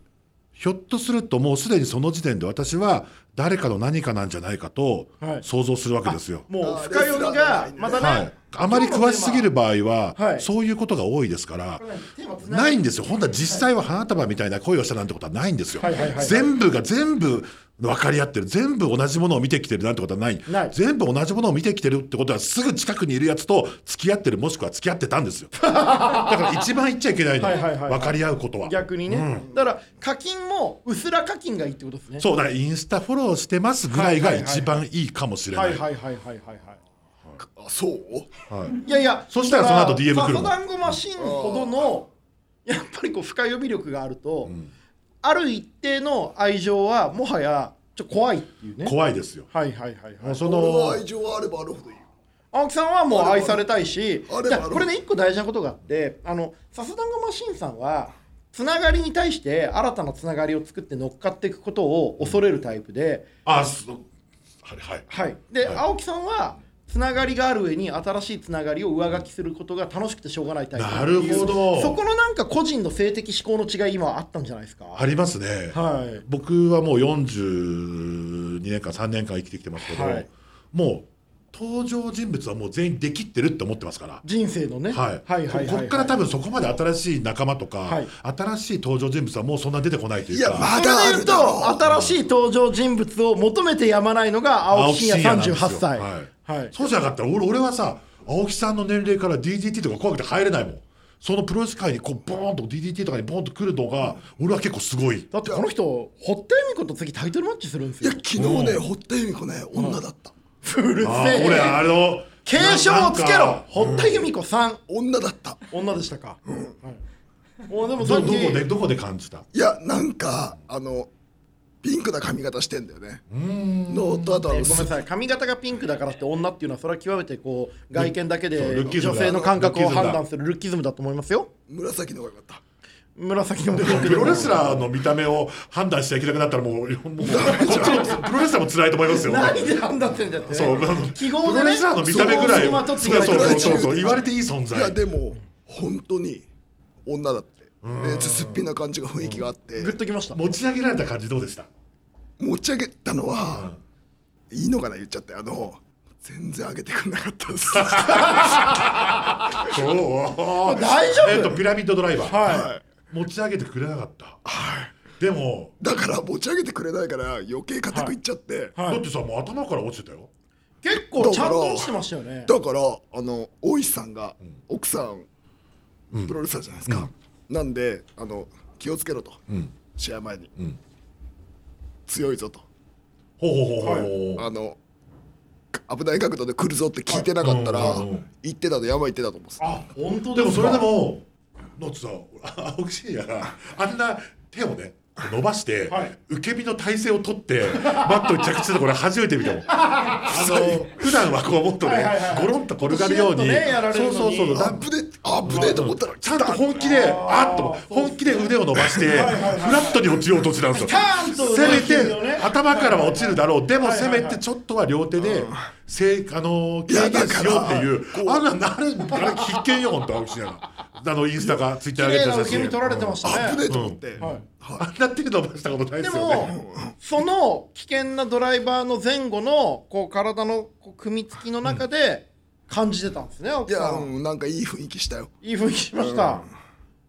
Speaker 2: ひょっとするともうすでにその時点で私は誰かの何かなんじゃないかと
Speaker 1: はい
Speaker 2: 想像するわけですよ。
Speaker 1: もう深読みがまたね、
Speaker 2: はい、あまり詳しすぎる場合は、
Speaker 1: はい
Speaker 2: そういうことが多いですから、
Speaker 1: テーマつ
Speaker 2: ないん
Speaker 1: で
Speaker 2: ですよ、本当は実際は花束みたいな恋をしたなんてことはないんですよ
Speaker 1: はいはいはいはい、
Speaker 2: 全部が全部分かり合ってる、全部同じものを見てきてるなんてことはない
Speaker 1: ない、
Speaker 2: 全部同じものを見てきてるってことは、すぐ近くにいるやつと付き合ってる、もしくは付き合ってた んですよ、だから一番言っちゃいけないの、
Speaker 1: はいはいはいはい
Speaker 2: 分かり合うことは。
Speaker 1: 逆にね、だから課金もうすら課金がいいってことですね
Speaker 2: そうだからインスタフォローしてますぐらいが一番いいかもしれ
Speaker 1: は
Speaker 2: ないい。
Speaker 1: はいはいはいはいはい
Speaker 4: あそう
Speaker 1: いやいや
Speaker 2: そしたらその後 DM 来るもん
Speaker 1: サ団子マシンほどのやっぱりこう深読み力があると、ある一定の愛情はもはやちょっと怖いっていうね
Speaker 2: 怖いですよ。
Speaker 1: はいはいはいはい
Speaker 2: もうそ
Speaker 4: 俺
Speaker 2: の
Speaker 4: は愛情はあればあるほどいい
Speaker 1: 青木さんはもう愛されたいし
Speaker 4: あれもある
Speaker 1: じゃあこれね一個大事なことがあってあのさすがマシンさんはつながりに対して新たなつながりを作って乗っかっていくことを恐れるタイプで、
Speaker 2: あそうはいはい
Speaker 1: はい、で、
Speaker 2: はい
Speaker 1: 青木さんはつながりがある上に新しいつながりを上書きすることが楽しくてしょうがないタイプ
Speaker 2: なるほど
Speaker 1: そこのなんか個人の性的思考の違い今はあったんじゃないですか
Speaker 2: ありますね。
Speaker 1: はい
Speaker 2: 僕はもう42年間3年間生きてきてますけど、
Speaker 1: はい
Speaker 2: もう登場人物はもう全員できってるって思ってますから。
Speaker 1: 人生のね、
Speaker 2: はい、
Speaker 1: はいはいはい
Speaker 2: ここっから多分そこまで新しい仲間とか、
Speaker 1: はい
Speaker 2: 新しい登場人物はもうそんな出てこないという
Speaker 4: い
Speaker 2: か
Speaker 4: やまだあ
Speaker 1: それで言
Speaker 4: る
Speaker 1: う
Speaker 4: だろ
Speaker 1: と新しい登場人物を求めてやまないのが青木真也
Speaker 2: なんですよ
Speaker 1: 38歳
Speaker 2: はい
Speaker 1: はい
Speaker 2: そうじゃなかったら俺俺はさ青木さんの年齢から DDT とか怖くて入れないもんそのプロレス界にこうボーンと DDT とかにボーンと来るのが俺は結構すごい
Speaker 1: だってこの人堀田恵美子と次タイトルマッチするんです
Speaker 4: いや
Speaker 1: よ
Speaker 4: 昨日ね堀田由美子ね女だった、
Speaker 1: うるせ
Speaker 2: あー俺あの
Speaker 1: 継承をつけ
Speaker 2: な
Speaker 1: ろ
Speaker 2: んか
Speaker 1: 堀田恵美子さん
Speaker 4: 女だった
Speaker 1: 女でしたか、はい、もうでもさ
Speaker 2: ど
Speaker 1: っ
Speaker 2: どこ
Speaker 1: き
Speaker 2: でどこで感じた
Speaker 4: いやなんかあのピンクな髪型してんだよねのとあとあ
Speaker 1: え
Speaker 4: の
Speaker 1: ーごめんなさい髪型がピンクだからって女っていうのはそれは極めてこう外見だけ
Speaker 2: そう
Speaker 1: で
Speaker 2: ルッキズム
Speaker 1: 女
Speaker 2: だ
Speaker 1: 性の感覚を
Speaker 2: ルッキズムだ
Speaker 1: 判断するルッキズムだと思いますよ
Speaker 4: 紫の方がよかった
Speaker 1: 紫のも
Speaker 2: でもプロレスラーの見た目を判断していけなくなったらもうもうこっちもプロレスラーも辛いと思いますよ。
Speaker 1: 何で判断ってんだって、ね、
Speaker 2: そう、
Speaker 1: 記
Speaker 2: プ
Speaker 1: 号で
Speaker 2: ロレ
Speaker 1: ね
Speaker 2: スラーの見た目ぐらい、
Speaker 1: そうまと
Speaker 2: そう
Speaker 1: っていかないと
Speaker 2: そうそうそうそう言われていい存
Speaker 4: いや
Speaker 2: 在。
Speaker 4: でも本当に女だってですすっぴんな感じが雰囲気があって
Speaker 1: グッときました
Speaker 2: 持ち上げられた感じどうでした？
Speaker 4: 持ち上げたのは、いいのかな言っちゃってあの全然上げてくれなかった です
Speaker 2: そう
Speaker 1: 大丈夫
Speaker 2: えっとピラミッドドライバー、
Speaker 1: は
Speaker 2: 持ち上げてくれなかった。でも
Speaker 4: だから持ち上げてくれないから余計固くいっちゃって、
Speaker 1: はい
Speaker 2: だってさもう頭から落ちてたよ。
Speaker 1: い結構ちゃんと落ちてましたよね
Speaker 4: だからあの大石さんが奥さん、プロレスラーじゃないですか、なんであの気をつけろと、試合前に、
Speaker 2: ん
Speaker 4: 強いぞと
Speaker 2: ほうほうほうほう。
Speaker 4: あの危ない角度で来るぞって聞いてなかったら、
Speaker 2: はいうんうんうん
Speaker 4: 言ってたの山行ってたと思うんです
Speaker 2: あ
Speaker 1: 本当で
Speaker 2: でも
Speaker 1: す
Speaker 2: そ
Speaker 1: か
Speaker 2: れでもだってさあ青木真也があんな手をね伸ばして、
Speaker 1: はい
Speaker 2: 受け身の体勢を取ってマットに着地するところ初めて 見たもんあの普段はこうもっとね、
Speaker 1: はいはいはい
Speaker 2: ゴロンと転がるように
Speaker 1: シュッとねやられるの
Speaker 2: そう
Speaker 1: に
Speaker 2: そうそう
Speaker 4: アップでアップでと思ったら
Speaker 2: ちゃんと本気であっと本気で腕を伸ばしてフラットに落ちようとしてたんですよ
Speaker 1: ターンと
Speaker 2: せめ
Speaker 1: 腕をね
Speaker 2: て頭からは落ちるだろうでも
Speaker 1: はいは
Speaker 2: せ
Speaker 1: いはい
Speaker 2: めてちょっとは両手でせいあのー
Speaker 4: いや
Speaker 2: 軽減しようっていう
Speaker 4: だ
Speaker 2: あんなんなれあれ必見よ本当青木真也のあのインスタかツイッ
Speaker 1: 綺
Speaker 2: ター上げ
Speaker 1: 麗
Speaker 2: て
Speaker 1: な
Speaker 2: た
Speaker 1: 受け身取られてまし
Speaker 4: ア
Speaker 1: た
Speaker 4: ップ
Speaker 1: ね
Speaker 4: でと思って、
Speaker 1: はい
Speaker 2: あんな手伸ばしたことない
Speaker 1: で
Speaker 2: で
Speaker 1: す
Speaker 2: よね
Speaker 1: もその危険なドライバーの前後のこう体のこう組み付きの中で感じてたんですね
Speaker 4: い
Speaker 1: 奥
Speaker 4: や、
Speaker 1: さ
Speaker 4: うんん、なんかいい雰囲気したよ
Speaker 1: いい雰囲気しました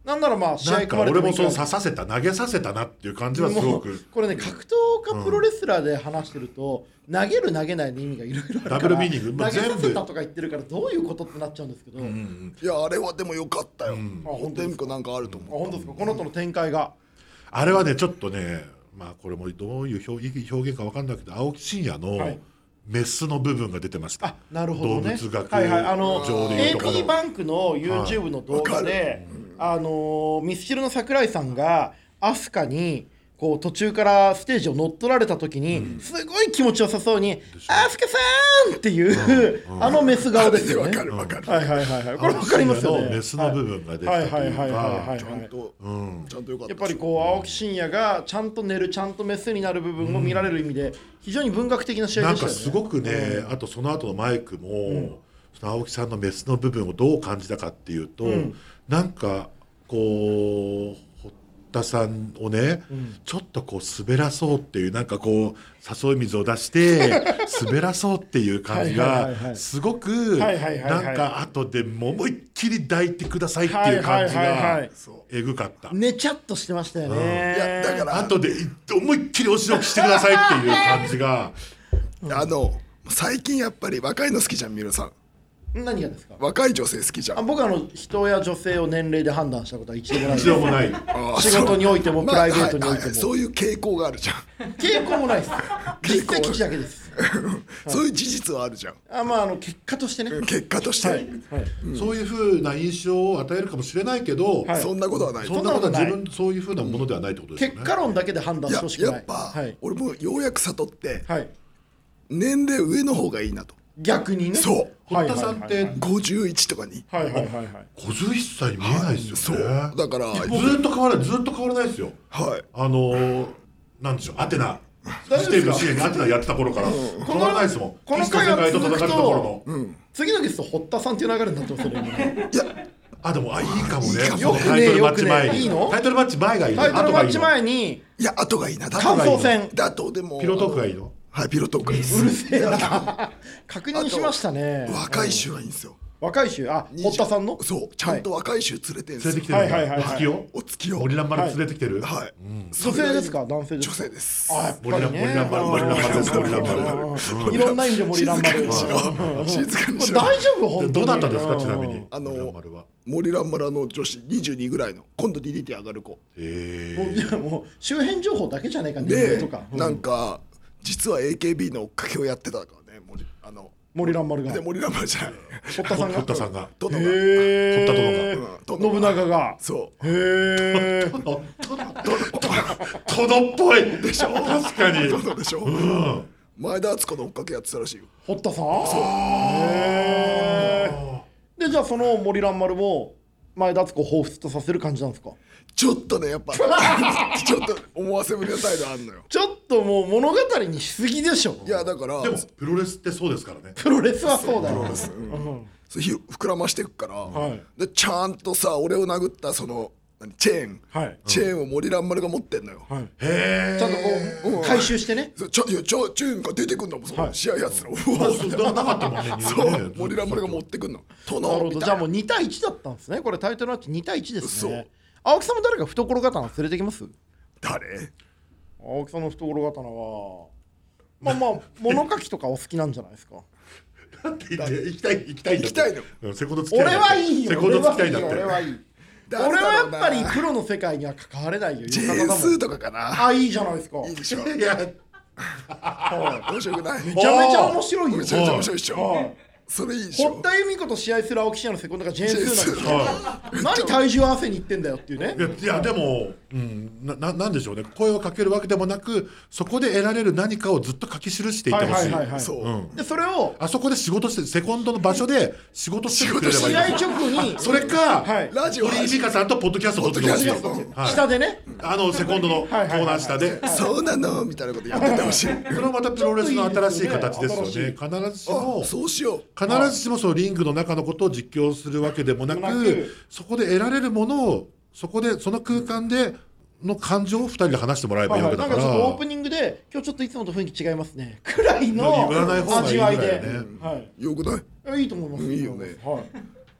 Speaker 1: なんならまあ試
Speaker 2: な
Speaker 1: 合
Speaker 2: んか
Speaker 1: 組まれて
Speaker 2: 俺も
Speaker 1: いい
Speaker 2: その
Speaker 1: ぐら
Speaker 2: 刺
Speaker 1: い
Speaker 2: させた投げさせたなっていう感じはす
Speaker 1: も
Speaker 2: ご
Speaker 1: う
Speaker 2: く
Speaker 1: これね格闘家プロレスラーで話してると投げる投げないの意味がいろいろあるから
Speaker 2: ダブルミーニングまあ
Speaker 1: 投げさ
Speaker 2: 全
Speaker 1: せ
Speaker 2: 部
Speaker 1: たとか言ってるからどういうことってなっちゃうんですけどあ
Speaker 4: いやあれはでも良かったよ、
Speaker 1: あ
Speaker 4: お
Speaker 1: 本当
Speaker 4: テ
Speaker 1: ですか
Speaker 4: ンポなんかあると思う、
Speaker 1: 本当ですかこの後の展開が
Speaker 2: あれはねちょっとねまあこれもどういう表いい表現かわかんないけど青木真也
Speaker 1: は
Speaker 2: の
Speaker 1: い
Speaker 2: メスの部分が出てました、
Speaker 1: あなるほどね
Speaker 2: 動物学
Speaker 1: はいはいあの
Speaker 2: 上流とかの
Speaker 1: AP バンクの YouTube の動画で、あのーミスチルの桜井さんがアスカにこう途中からステージを乗っ取られた時に、すごい気持ちよさそうに「アスカさん!」っていう、あのメス顔ですよ
Speaker 4: わ
Speaker 1: ね
Speaker 4: か。るわかる、
Speaker 1: はいはいはいはいこれわかりますよ
Speaker 2: 青木真也の
Speaker 1: ね。
Speaker 2: メスの部分が出て
Speaker 1: は
Speaker 2: た
Speaker 1: い
Speaker 2: と
Speaker 1: はいいう
Speaker 2: か
Speaker 1: はいはいはい
Speaker 4: ちゃんと、ちゃんと良かった
Speaker 1: やっ
Speaker 4: です
Speaker 1: ぱりこう青木真也がちゃんと寝るちゃんとメスになる部分を見られる意味で非常に文学的な試合
Speaker 2: な
Speaker 1: で
Speaker 2: ん
Speaker 1: した
Speaker 2: か
Speaker 1: よね。
Speaker 2: すごくね、あとその後のマイクも、その青木さんのメスの部分をどう感じたかっていうと、
Speaker 1: ん
Speaker 2: なんかこう堀田さんをね、ちょっとこう滑らそうっていうなんかこう誘い水を出して 滑らそうっていう感じ
Speaker 1: はいはいはいは
Speaker 2: が
Speaker 1: い
Speaker 2: すごく
Speaker 1: はいはいはいはい
Speaker 2: なんか後でも思いっきり抱いてくださいっていう感じ
Speaker 1: はいはいはいは
Speaker 2: が
Speaker 1: い
Speaker 2: えぐかった。
Speaker 1: ねちゃっとしてましたよね。
Speaker 4: いやだから
Speaker 2: 後で思いっきりお仕置きしてくださいっていう感じが。
Speaker 4: あの最近やっぱり若いの好きじゃんミルさん
Speaker 1: 何がですか
Speaker 4: 若い女性好きじゃ
Speaker 1: あ
Speaker 4: ん
Speaker 1: 僕はあの人や女性を年齢で判断したことは一度もないで
Speaker 2: 一
Speaker 1: す
Speaker 2: 度もない。
Speaker 4: あ
Speaker 1: 仕事においても
Speaker 4: ま
Speaker 1: プ
Speaker 4: あ
Speaker 1: ライベートにおい
Speaker 4: はは
Speaker 1: て
Speaker 4: は
Speaker 1: も
Speaker 4: そういう傾向があるじゃん
Speaker 1: 傾向もないです実際聞きだけです
Speaker 4: そういう事実はあるじゃん
Speaker 1: あまああの結果としてねはい
Speaker 4: 結果として、
Speaker 2: そういうふうな印象を与えるかもしれないけど、
Speaker 1: はい
Speaker 4: そんなことはない
Speaker 2: そんなことは自分そういうふうなものではないってことですよ
Speaker 1: 結
Speaker 2: ね。
Speaker 1: 果論だけで判断して
Speaker 4: いや
Speaker 1: ほしくない
Speaker 4: やっぱ、
Speaker 1: はい、
Speaker 4: 俺もようやく悟って、
Speaker 1: はい、
Speaker 4: 年齢上の方がいいなと
Speaker 1: 逆にね
Speaker 4: そう
Speaker 2: 堀田さんっ
Speaker 1: はい
Speaker 2: て
Speaker 4: 51とかに
Speaker 1: はいはいはいはい
Speaker 2: 51歳に見えないです
Speaker 4: そ
Speaker 2: よ
Speaker 4: う
Speaker 2: ね。
Speaker 4: だから
Speaker 2: ずっと変わらないずっと変わらないですよ。
Speaker 4: はい
Speaker 2: あのー、なんでしょうアテナ。
Speaker 1: 大丈夫ですか
Speaker 2: ステーブの支援にアテナやってた頃から変わらないですもん。
Speaker 1: この
Speaker 2: キリスト世界と戦った頃の。
Speaker 1: 次のゲスト堀田さんっていう流れになってますよね今ね
Speaker 4: いや
Speaker 2: あでもあいいかもね。
Speaker 4: いいかも
Speaker 2: そのタイトルマッチ前
Speaker 1: よくねいい
Speaker 2: に。
Speaker 1: の
Speaker 2: タイトルマッチ前がいいの。
Speaker 1: タイトルマッチ
Speaker 2: 後がいい
Speaker 1: 前に
Speaker 4: いや後がいいなだ
Speaker 1: 感想戦
Speaker 4: だとでも
Speaker 2: のピロートークがいいの。
Speaker 4: はいピロートークがいいです
Speaker 1: うるせえな確認しましたね
Speaker 4: 若い衆がいいんですよ
Speaker 1: 若い衆あ堀田さんの
Speaker 4: そうちゃんと若い衆連れてるん
Speaker 2: 連れ
Speaker 4: です
Speaker 2: て
Speaker 4: よ
Speaker 2: きてるの。
Speaker 1: はいはいはい
Speaker 2: お付きを。
Speaker 4: お付きを
Speaker 2: 森蘭丸連れてきてる。
Speaker 4: はい
Speaker 1: 女性ですか男性です
Speaker 4: 女
Speaker 1: か
Speaker 4: 性です
Speaker 1: あやっぱ
Speaker 2: 森蘭
Speaker 1: り
Speaker 2: 森
Speaker 1: ね
Speaker 2: 蘭丸森蘭丸です。森蘭丸。
Speaker 1: いろんな意味で森
Speaker 4: 静
Speaker 1: 蘭
Speaker 4: か
Speaker 1: 丸
Speaker 4: にしろ静かにしろ
Speaker 1: 大丈夫本当に
Speaker 2: どうだったんですかちなみに。
Speaker 4: あの
Speaker 2: 森蘭丸は。
Speaker 4: 森蘭村の女子22ぐらいの今度 DDT 上がる子
Speaker 2: え
Speaker 1: もう
Speaker 2: え
Speaker 1: いやもう周辺情報だけじゃないかね
Speaker 4: で
Speaker 1: とか
Speaker 4: なんか実は AKB の追っかけをやってたからね森あの
Speaker 1: 森蘭丸が
Speaker 4: で森蘭村じゃない
Speaker 1: 堀田さんが
Speaker 2: 堀田さんが。
Speaker 4: トノが
Speaker 1: へえ
Speaker 2: 堀
Speaker 4: 田殿が
Speaker 1: 信長が
Speaker 4: そ
Speaker 1: へえ
Speaker 2: 殿殿っぽいでしょ確かに
Speaker 4: う殿でしょ前田敦子の追っかけやってたらしいよ
Speaker 1: 堀田さんへえでじゃあその森蘭丸も前田敦子を彷彿とさせる感じなんですか
Speaker 4: ちょっと ねやっぱちょっと思わせぶりな態度あんのよ
Speaker 1: ちょっともう物語にしすぎでしょ
Speaker 4: いやだから
Speaker 2: でもプロレスってそうですからね
Speaker 1: プロレスはそうだ
Speaker 4: プ
Speaker 1: よ
Speaker 4: ロレス、うん、そう火を膨らましていくから、
Speaker 1: はい
Speaker 4: でちゃんとさ俺を殴ったその何チェーン、
Speaker 1: はい
Speaker 4: チェーンを森蘭丸が持ってんのよ、
Speaker 1: はい
Speaker 2: へ
Speaker 1: ちゃんとこう回収してね
Speaker 4: そうちょいやちょチェーンが出てくんだもんその、試合やつら
Speaker 2: えななかったもんねニュ
Speaker 4: そ
Speaker 2: ーヨー
Speaker 4: う
Speaker 2: クね
Speaker 4: 森蘭丸が持ってくんの殿
Speaker 1: なるほ
Speaker 4: み
Speaker 1: ど
Speaker 4: たい
Speaker 1: じゃあもう2対1だったんですねこれタイトルマッチ2対1です
Speaker 4: そう
Speaker 1: ね青木さんも誰か懐刀連れてきます
Speaker 4: 誰
Speaker 1: 青木さんの懐刀はまあまあ物書きとかお好きなんじゃないですか
Speaker 2: だって行きたい行きたい
Speaker 4: 行きたいの
Speaker 2: のセコンド付き合
Speaker 1: 俺
Speaker 2: いだって
Speaker 1: はいいよ
Speaker 2: セコンド付き合いだって
Speaker 1: 俺はいいよ俺
Speaker 4: 誰
Speaker 1: は
Speaker 4: だろ
Speaker 1: や
Speaker 4: う
Speaker 1: っ
Speaker 4: な
Speaker 1: ぱりプロの世界には関われないよ
Speaker 4: ジ
Speaker 1: 浴
Speaker 4: ェ
Speaker 1: 衣
Speaker 4: ーン
Speaker 1: だ
Speaker 4: ス
Speaker 1: もん
Speaker 4: ーとかかな
Speaker 1: あいいじゃないですか
Speaker 4: い
Speaker 1: め
Speaker 4: いでしょ
Speaker 2: いや
Speaker 4: 面白くないめ
Speaker 1: ちゃめちゃ面白いよ
Speaker 4: めちゃめちゃ面白いでしょ
Speaker 1: は
Speaker 4: それいいでしょ
Speaker 1: 堀田由美子と試合する青木真也のセコンドがジェーン
Speaker 4: ジェーン
Speaker 1: ス
Speaker 4: ス
Speaker 1: ーなん
Speaker 4: ー
Speaker 1: で
Speaker 4: と
Speaker 1: す
Speaker 4: か
Speaker 1: よ
Speaker 2: は
Speaker 1: 何体重合わせにいってんだよっていうね
Speaker 2: いいやいやでも、うん、なななんでしょうね声をかけるわけでもなくそこで得られる何かをずっと書き記していってほしい,、
Speaker 1: はい
Speaker 4: そう、
Speaker 1: でそれを
Speaker 2: あそこで仕事してセコンドの場所で仕事してくれればい
Speaker 1: 試
Speaker 2: い
Speaker 1: 合直後に
Speaker 2: それか、
Speaker 1: はい
Speaker 4: ラジオ
Speaker 2: 堀井美香さんとポッドキャストを撮ってほしい
Speaker 4: ポッドキャスト
Speaker 2: はい
Speaker 1: 下でね
Speaker 2: あのセコンドのコーナー下で
Speaker 4: そうなのみたいなことやっててほし い
Speaker 2: それはまたプロレスの新しい形ですよね
Speaker 1: ちょっといいで
Speaker 2: 必ずし
Speaker 4: あ
Speaker 2: も
Speaker 4: そうしよう
Speaker 2: 必ずしもそのリングの中のことを実況するわけでもなく
Speaker 1: なく
Speaker 2: そこで得られるものをそこでその空間での感情を2人で話してもらえば
Speaker 1: はい
Speaker 2: い
Speaker 1: は
Speaker 2: わ
Speaker 1: い
Speaker 2: け
Speaker 1: な
Speaker 2: だ
Speaker 1: ん
Speaker 2: か
Speaker 1: からちょっとオープニングで今日ちょっといつもと雰囲気違いますね くらいの
Speaker 2: 言わない方がい
Speaker 1: 味
Speaker 2: いぐ
Speaker 1: わ
Speaker 2: らい
Speaker 1: い
Speaker 2: だよね
Speaker 1: ではい
Speaker 4: よくない
Speaker 1: えいいと思います
Speaker 4: いいよね
Speaker 1: はい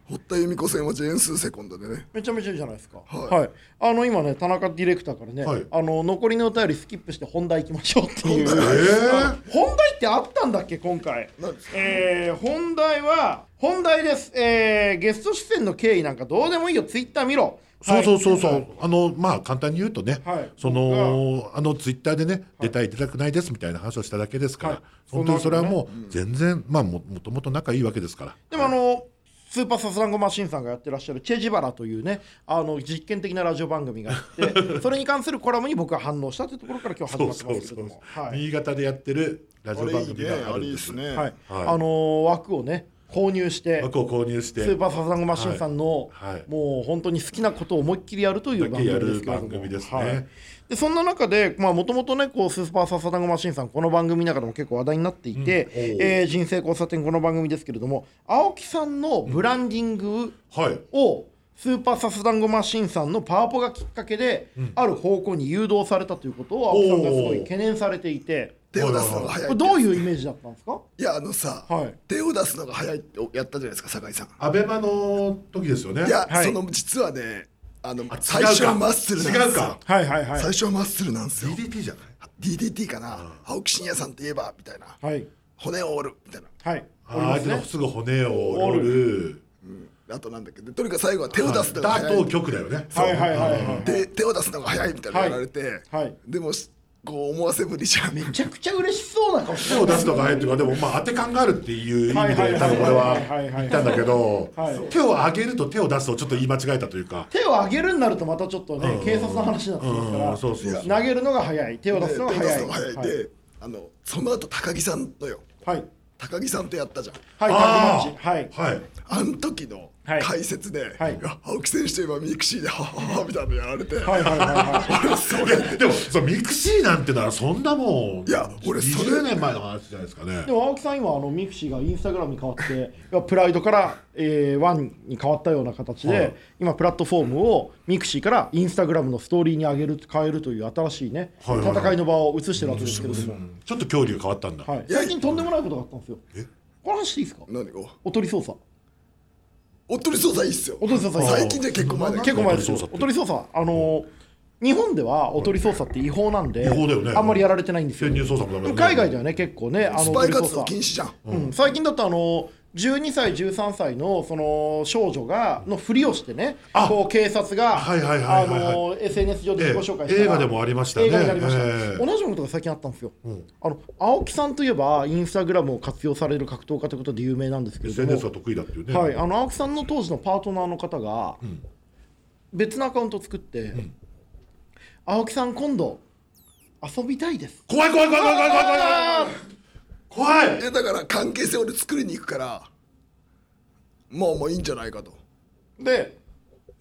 Speaker 4: 堀田由美子戦はジェーンスーセコンドでね
Speaker 1: めちゃめちゃいいじゃないですか。
Speaker 4: は
Speaker 1: はいい。あの今ね田中ディレクターからね、
Speaker 2: はい
Speaker 1: あの残りのお便りスキップして本題行きましょうっていう。
Speaker 2: えー
Speaker 1: 本題ってあったんだっけ今回
Speaker 4: 何です。
Speaker 1: えー、本題は本題です。えー、ゲスト出演の経緯なんかどうでもいいよ。ツイッター見ろ。
Speaker 2: そうそうそうそう、
Speaker 1: はい
Speaker 2: あのまあ簡単に言うとね、
Speaker 1: はい
Speaker 2: そのあのツイッターでね、出たい出たくないですみたいな話をしただけですから、
Speaker 1: はい
Speaker 2: 本当にそれは
Speaker 1: そんな
Speaker 2: もう全然、まあももともと仲いいわけですから
Speaker 1: でもあのスーパーサスランゴマシンさんがやってらっしゃるチェジバラというねあの実験的なラジオ番組があって それに関するコラムに僕は反応したというところから今日始
Speaker 2: そ
Speaker 1: ま
Speaker 2: う
Speaker 1: ってま
Speaker 2: そう
Speaker 1: す
Speaker 2: そ
Speaker 1: け
Speaker 2: う
Speaker 1: ど、もはい
Speaker 2: 新潟でやってるラジ
Speaker 4: あ
Speaker 2: オ
Speaker 4: れ
Speaker 2: 番
Speaker 4: いい
Speaker 2: 組
Speaker 4: ね
Speaker 2: があ
Speaker 4: あれ
Speaker 2: るん
Speaker 4: いい
Speaker 2: で
Speaker 4: ですすね、
Speaker 1: はい
Speaker 2: はい
Speaker 1: あのー枠をね購入して
Speaker 2: 枠を購入して
Speaker 1: スーパーサザンゴマシンさんの、
Speaker 2: はい
Speaker 1: もう本当に好きなことを思いっきりやるという番組ですけれども
Speaker 2: だけやる番組ですね
Speaker 1: はいでそんな中でもともとねこうスーパーサザンゴマシンさんこの番組の中でも結構話題になっていて「
Speaker 2: うんおう
Speaker 1: えー人生交差点」この番組ですけれども青木さんのブランディング
Speaker 2: はい
Speaker 1: を、スーパーサスダンゴマシンさんのパワポがきっかけで、ある方向に誘導されたということを青木さんがすごい懸念されていて
Speaker 4: 手を出すのが早
Speaker 1: これ
Speaker 4: い
Speaker 1: どういうイメージだったんですか
Speaker 4: いやあのさ、
Speaker 1: はい
Speaker 4: 手を出すのが早いってやったじゃないですか酒井さん
Speaker 2: アベマの時ですよね
Speaker 4: いや、
Speaker 1: はい
Speaker 4: その実はねあ
Speaker 2: あ
Speaker 4: の
Speaker 2: 違うか
Speaker 4: 最初はマッスルなんですよ
Speaker 2: 違うか
Speaker 1: はいはいは
Speaker 4: 最初はマッスルなんですよ
Speaker 2: DDT じゃない
Speaker 4: DDT かな、青木真也さんといえばみたいな
Speaker 1: はい
Speaker 4: 骨を折るみたいな
Speaker 1: はい
Speaker 2: あー相手のすぐ骨を折
Speaker 1: 折
Speaker 2: る
Speaker 4: あとなんだっけどとにかく最後は手を出すのが
Speaker 2: ダー
Speaker 4: 早
Speaker 2: ト
Speaker 4: い
Speaker 2: を局だよね
Speaker 1: はいはいはいはい
Speaker 4: で手を出すのが早いみたいなのやられて、
Speaker 1: はいはい
Speaker 4: でもしこう思わせぶりじゃん
Speaker 1: めちゃくちゃ嬉しそうな顔して
Speaker 2: 手
Speaker 1: る
Speaker 2: を出すとか早いっていうかでもまあ当て感があるっていう意味
Speaker 1: はい
Speaker 2: で
Speaker 1: はい
Speaker 2: 多分
Speaker 1: は
Speaker 2: 俺
Speaker 1: いはいはい
Speaker 2: は
Speaker 1: はい
Speaker 2: 言ったんだけど
Speaker 1: はい
Speaker 2: 手を上げると手を出すをちょっと言い間違えたというか
Speaker 1: 手を上げるになるとまたちょっとね警察の話になってますか
Speaker 2: うん
Speaker 1: ら
Speaker 2: そうそうそう
Speaker 1: 投げるのが早い手を
Speaker 4: で
Speaker 1: 出す
Speaker 4: 手
Speaker 1: の
Speaker 4: を
Speaker 1: が
Speaker 4: 出
Speaker 1: 早
Speaker 4: す
Speaker 1: い
Speaker 4: のが早いで、あのその後高木さんとよ
Speaker 1: はい
Speaker 4: 高木さんとやったじゃん
Speaker 1: はいタッグマッチは
Speaker 2: ー
Speaker 1: い
Speaker 2: はい
Speaker 4: あの時の
Speaker 1: はい
Speaker 4: 解説で、
Speaker 1: はい
Speaker 4: いや青木選手といえばミクシーでハハハみたいなのやられて、
Speaker 1: はいはいはい はい
Speaker 4: 俺それ
Speaker 2: でもそうミクシーなんてのはそんなもん
Speaker 4: いや俺それ
Speaker 2: 20年前の話じゃないですかね
Speaker 1: でも青木さん今あのミクシーがインスタグラムに変わって いやプライドから、えーワンに変わったような形で、
Speaker 2: はい
Speaker 1: 今プラットフォームをミクシーからインスタグラムのストーリーに上げる変えるという新しいね、
Speaker 2: はいはいはい
Speaker 1: 戦いの場を移してるわけですけれども、
Speaker 2: ちょっと恐竜変わったんだ
Speaker 1: はい、最近とんでもないことがあったんですよ
Speaker 2: え
Speaker 1: この話していいですか
Speaker 4: 何を
Speaker 1: おとり捜査
Speaker 4: おっとり捜査いいっすよ
Speaker 1: おとり捜査
Speaker 4: 最近じゃ結構前だけ
Speaker 1: 結
Speaker 4: ど
Speaker 1: 構前ですよ
Speaker 2: おとり捜査って
Speaker 1: おとり捜査あのー日本ではおとり捜査って違法なんで、
Speaker 2: 違法だよね
Speaker 1: あんまりやられてないんですよ
Speaker 2: 潜入捜査もダメだ
Speaker 1: で
Speaker 2: ね
Speaker 1: も海外ではね結構ねあの
Speaker 4: スパイ
Speaker 1: おとり
Speaker 4: 活
Speaker 1: 捜査
Speaker 4: 動禁止じゃん
Speaker 1: うん、最近だとあの12歳13歳のその少女がのふりをしてね
Speaker 2: あ
Speaker 1: こう警察が
Speaker 2: はいはいはいはいはい
Speaker 1: あの SNS 上で自己紹介したら
Speaker 2: ええ映画でもありましたね
Speaker 1: 映画になりました、
Speaker 2: ええ
Speaker 1: 同じようなことが最近あったんですよ、あの青木さんといえばインスタグラムを活用される格闘家ということで有名なんですけれども
Speaker 2: SNS は得意だっていうね
Speaker 1: はい、あの青木さんの当時のパートナーの方が別のアカウントを作って、青木さん今度遊びたいです
Speaker 2: 怖い怖い怖い怖い怖い怖い怖い怖い
Speaker 4: えだから関係性俺作りに行くからもうもういいんじゃないかと
Speaker 1: で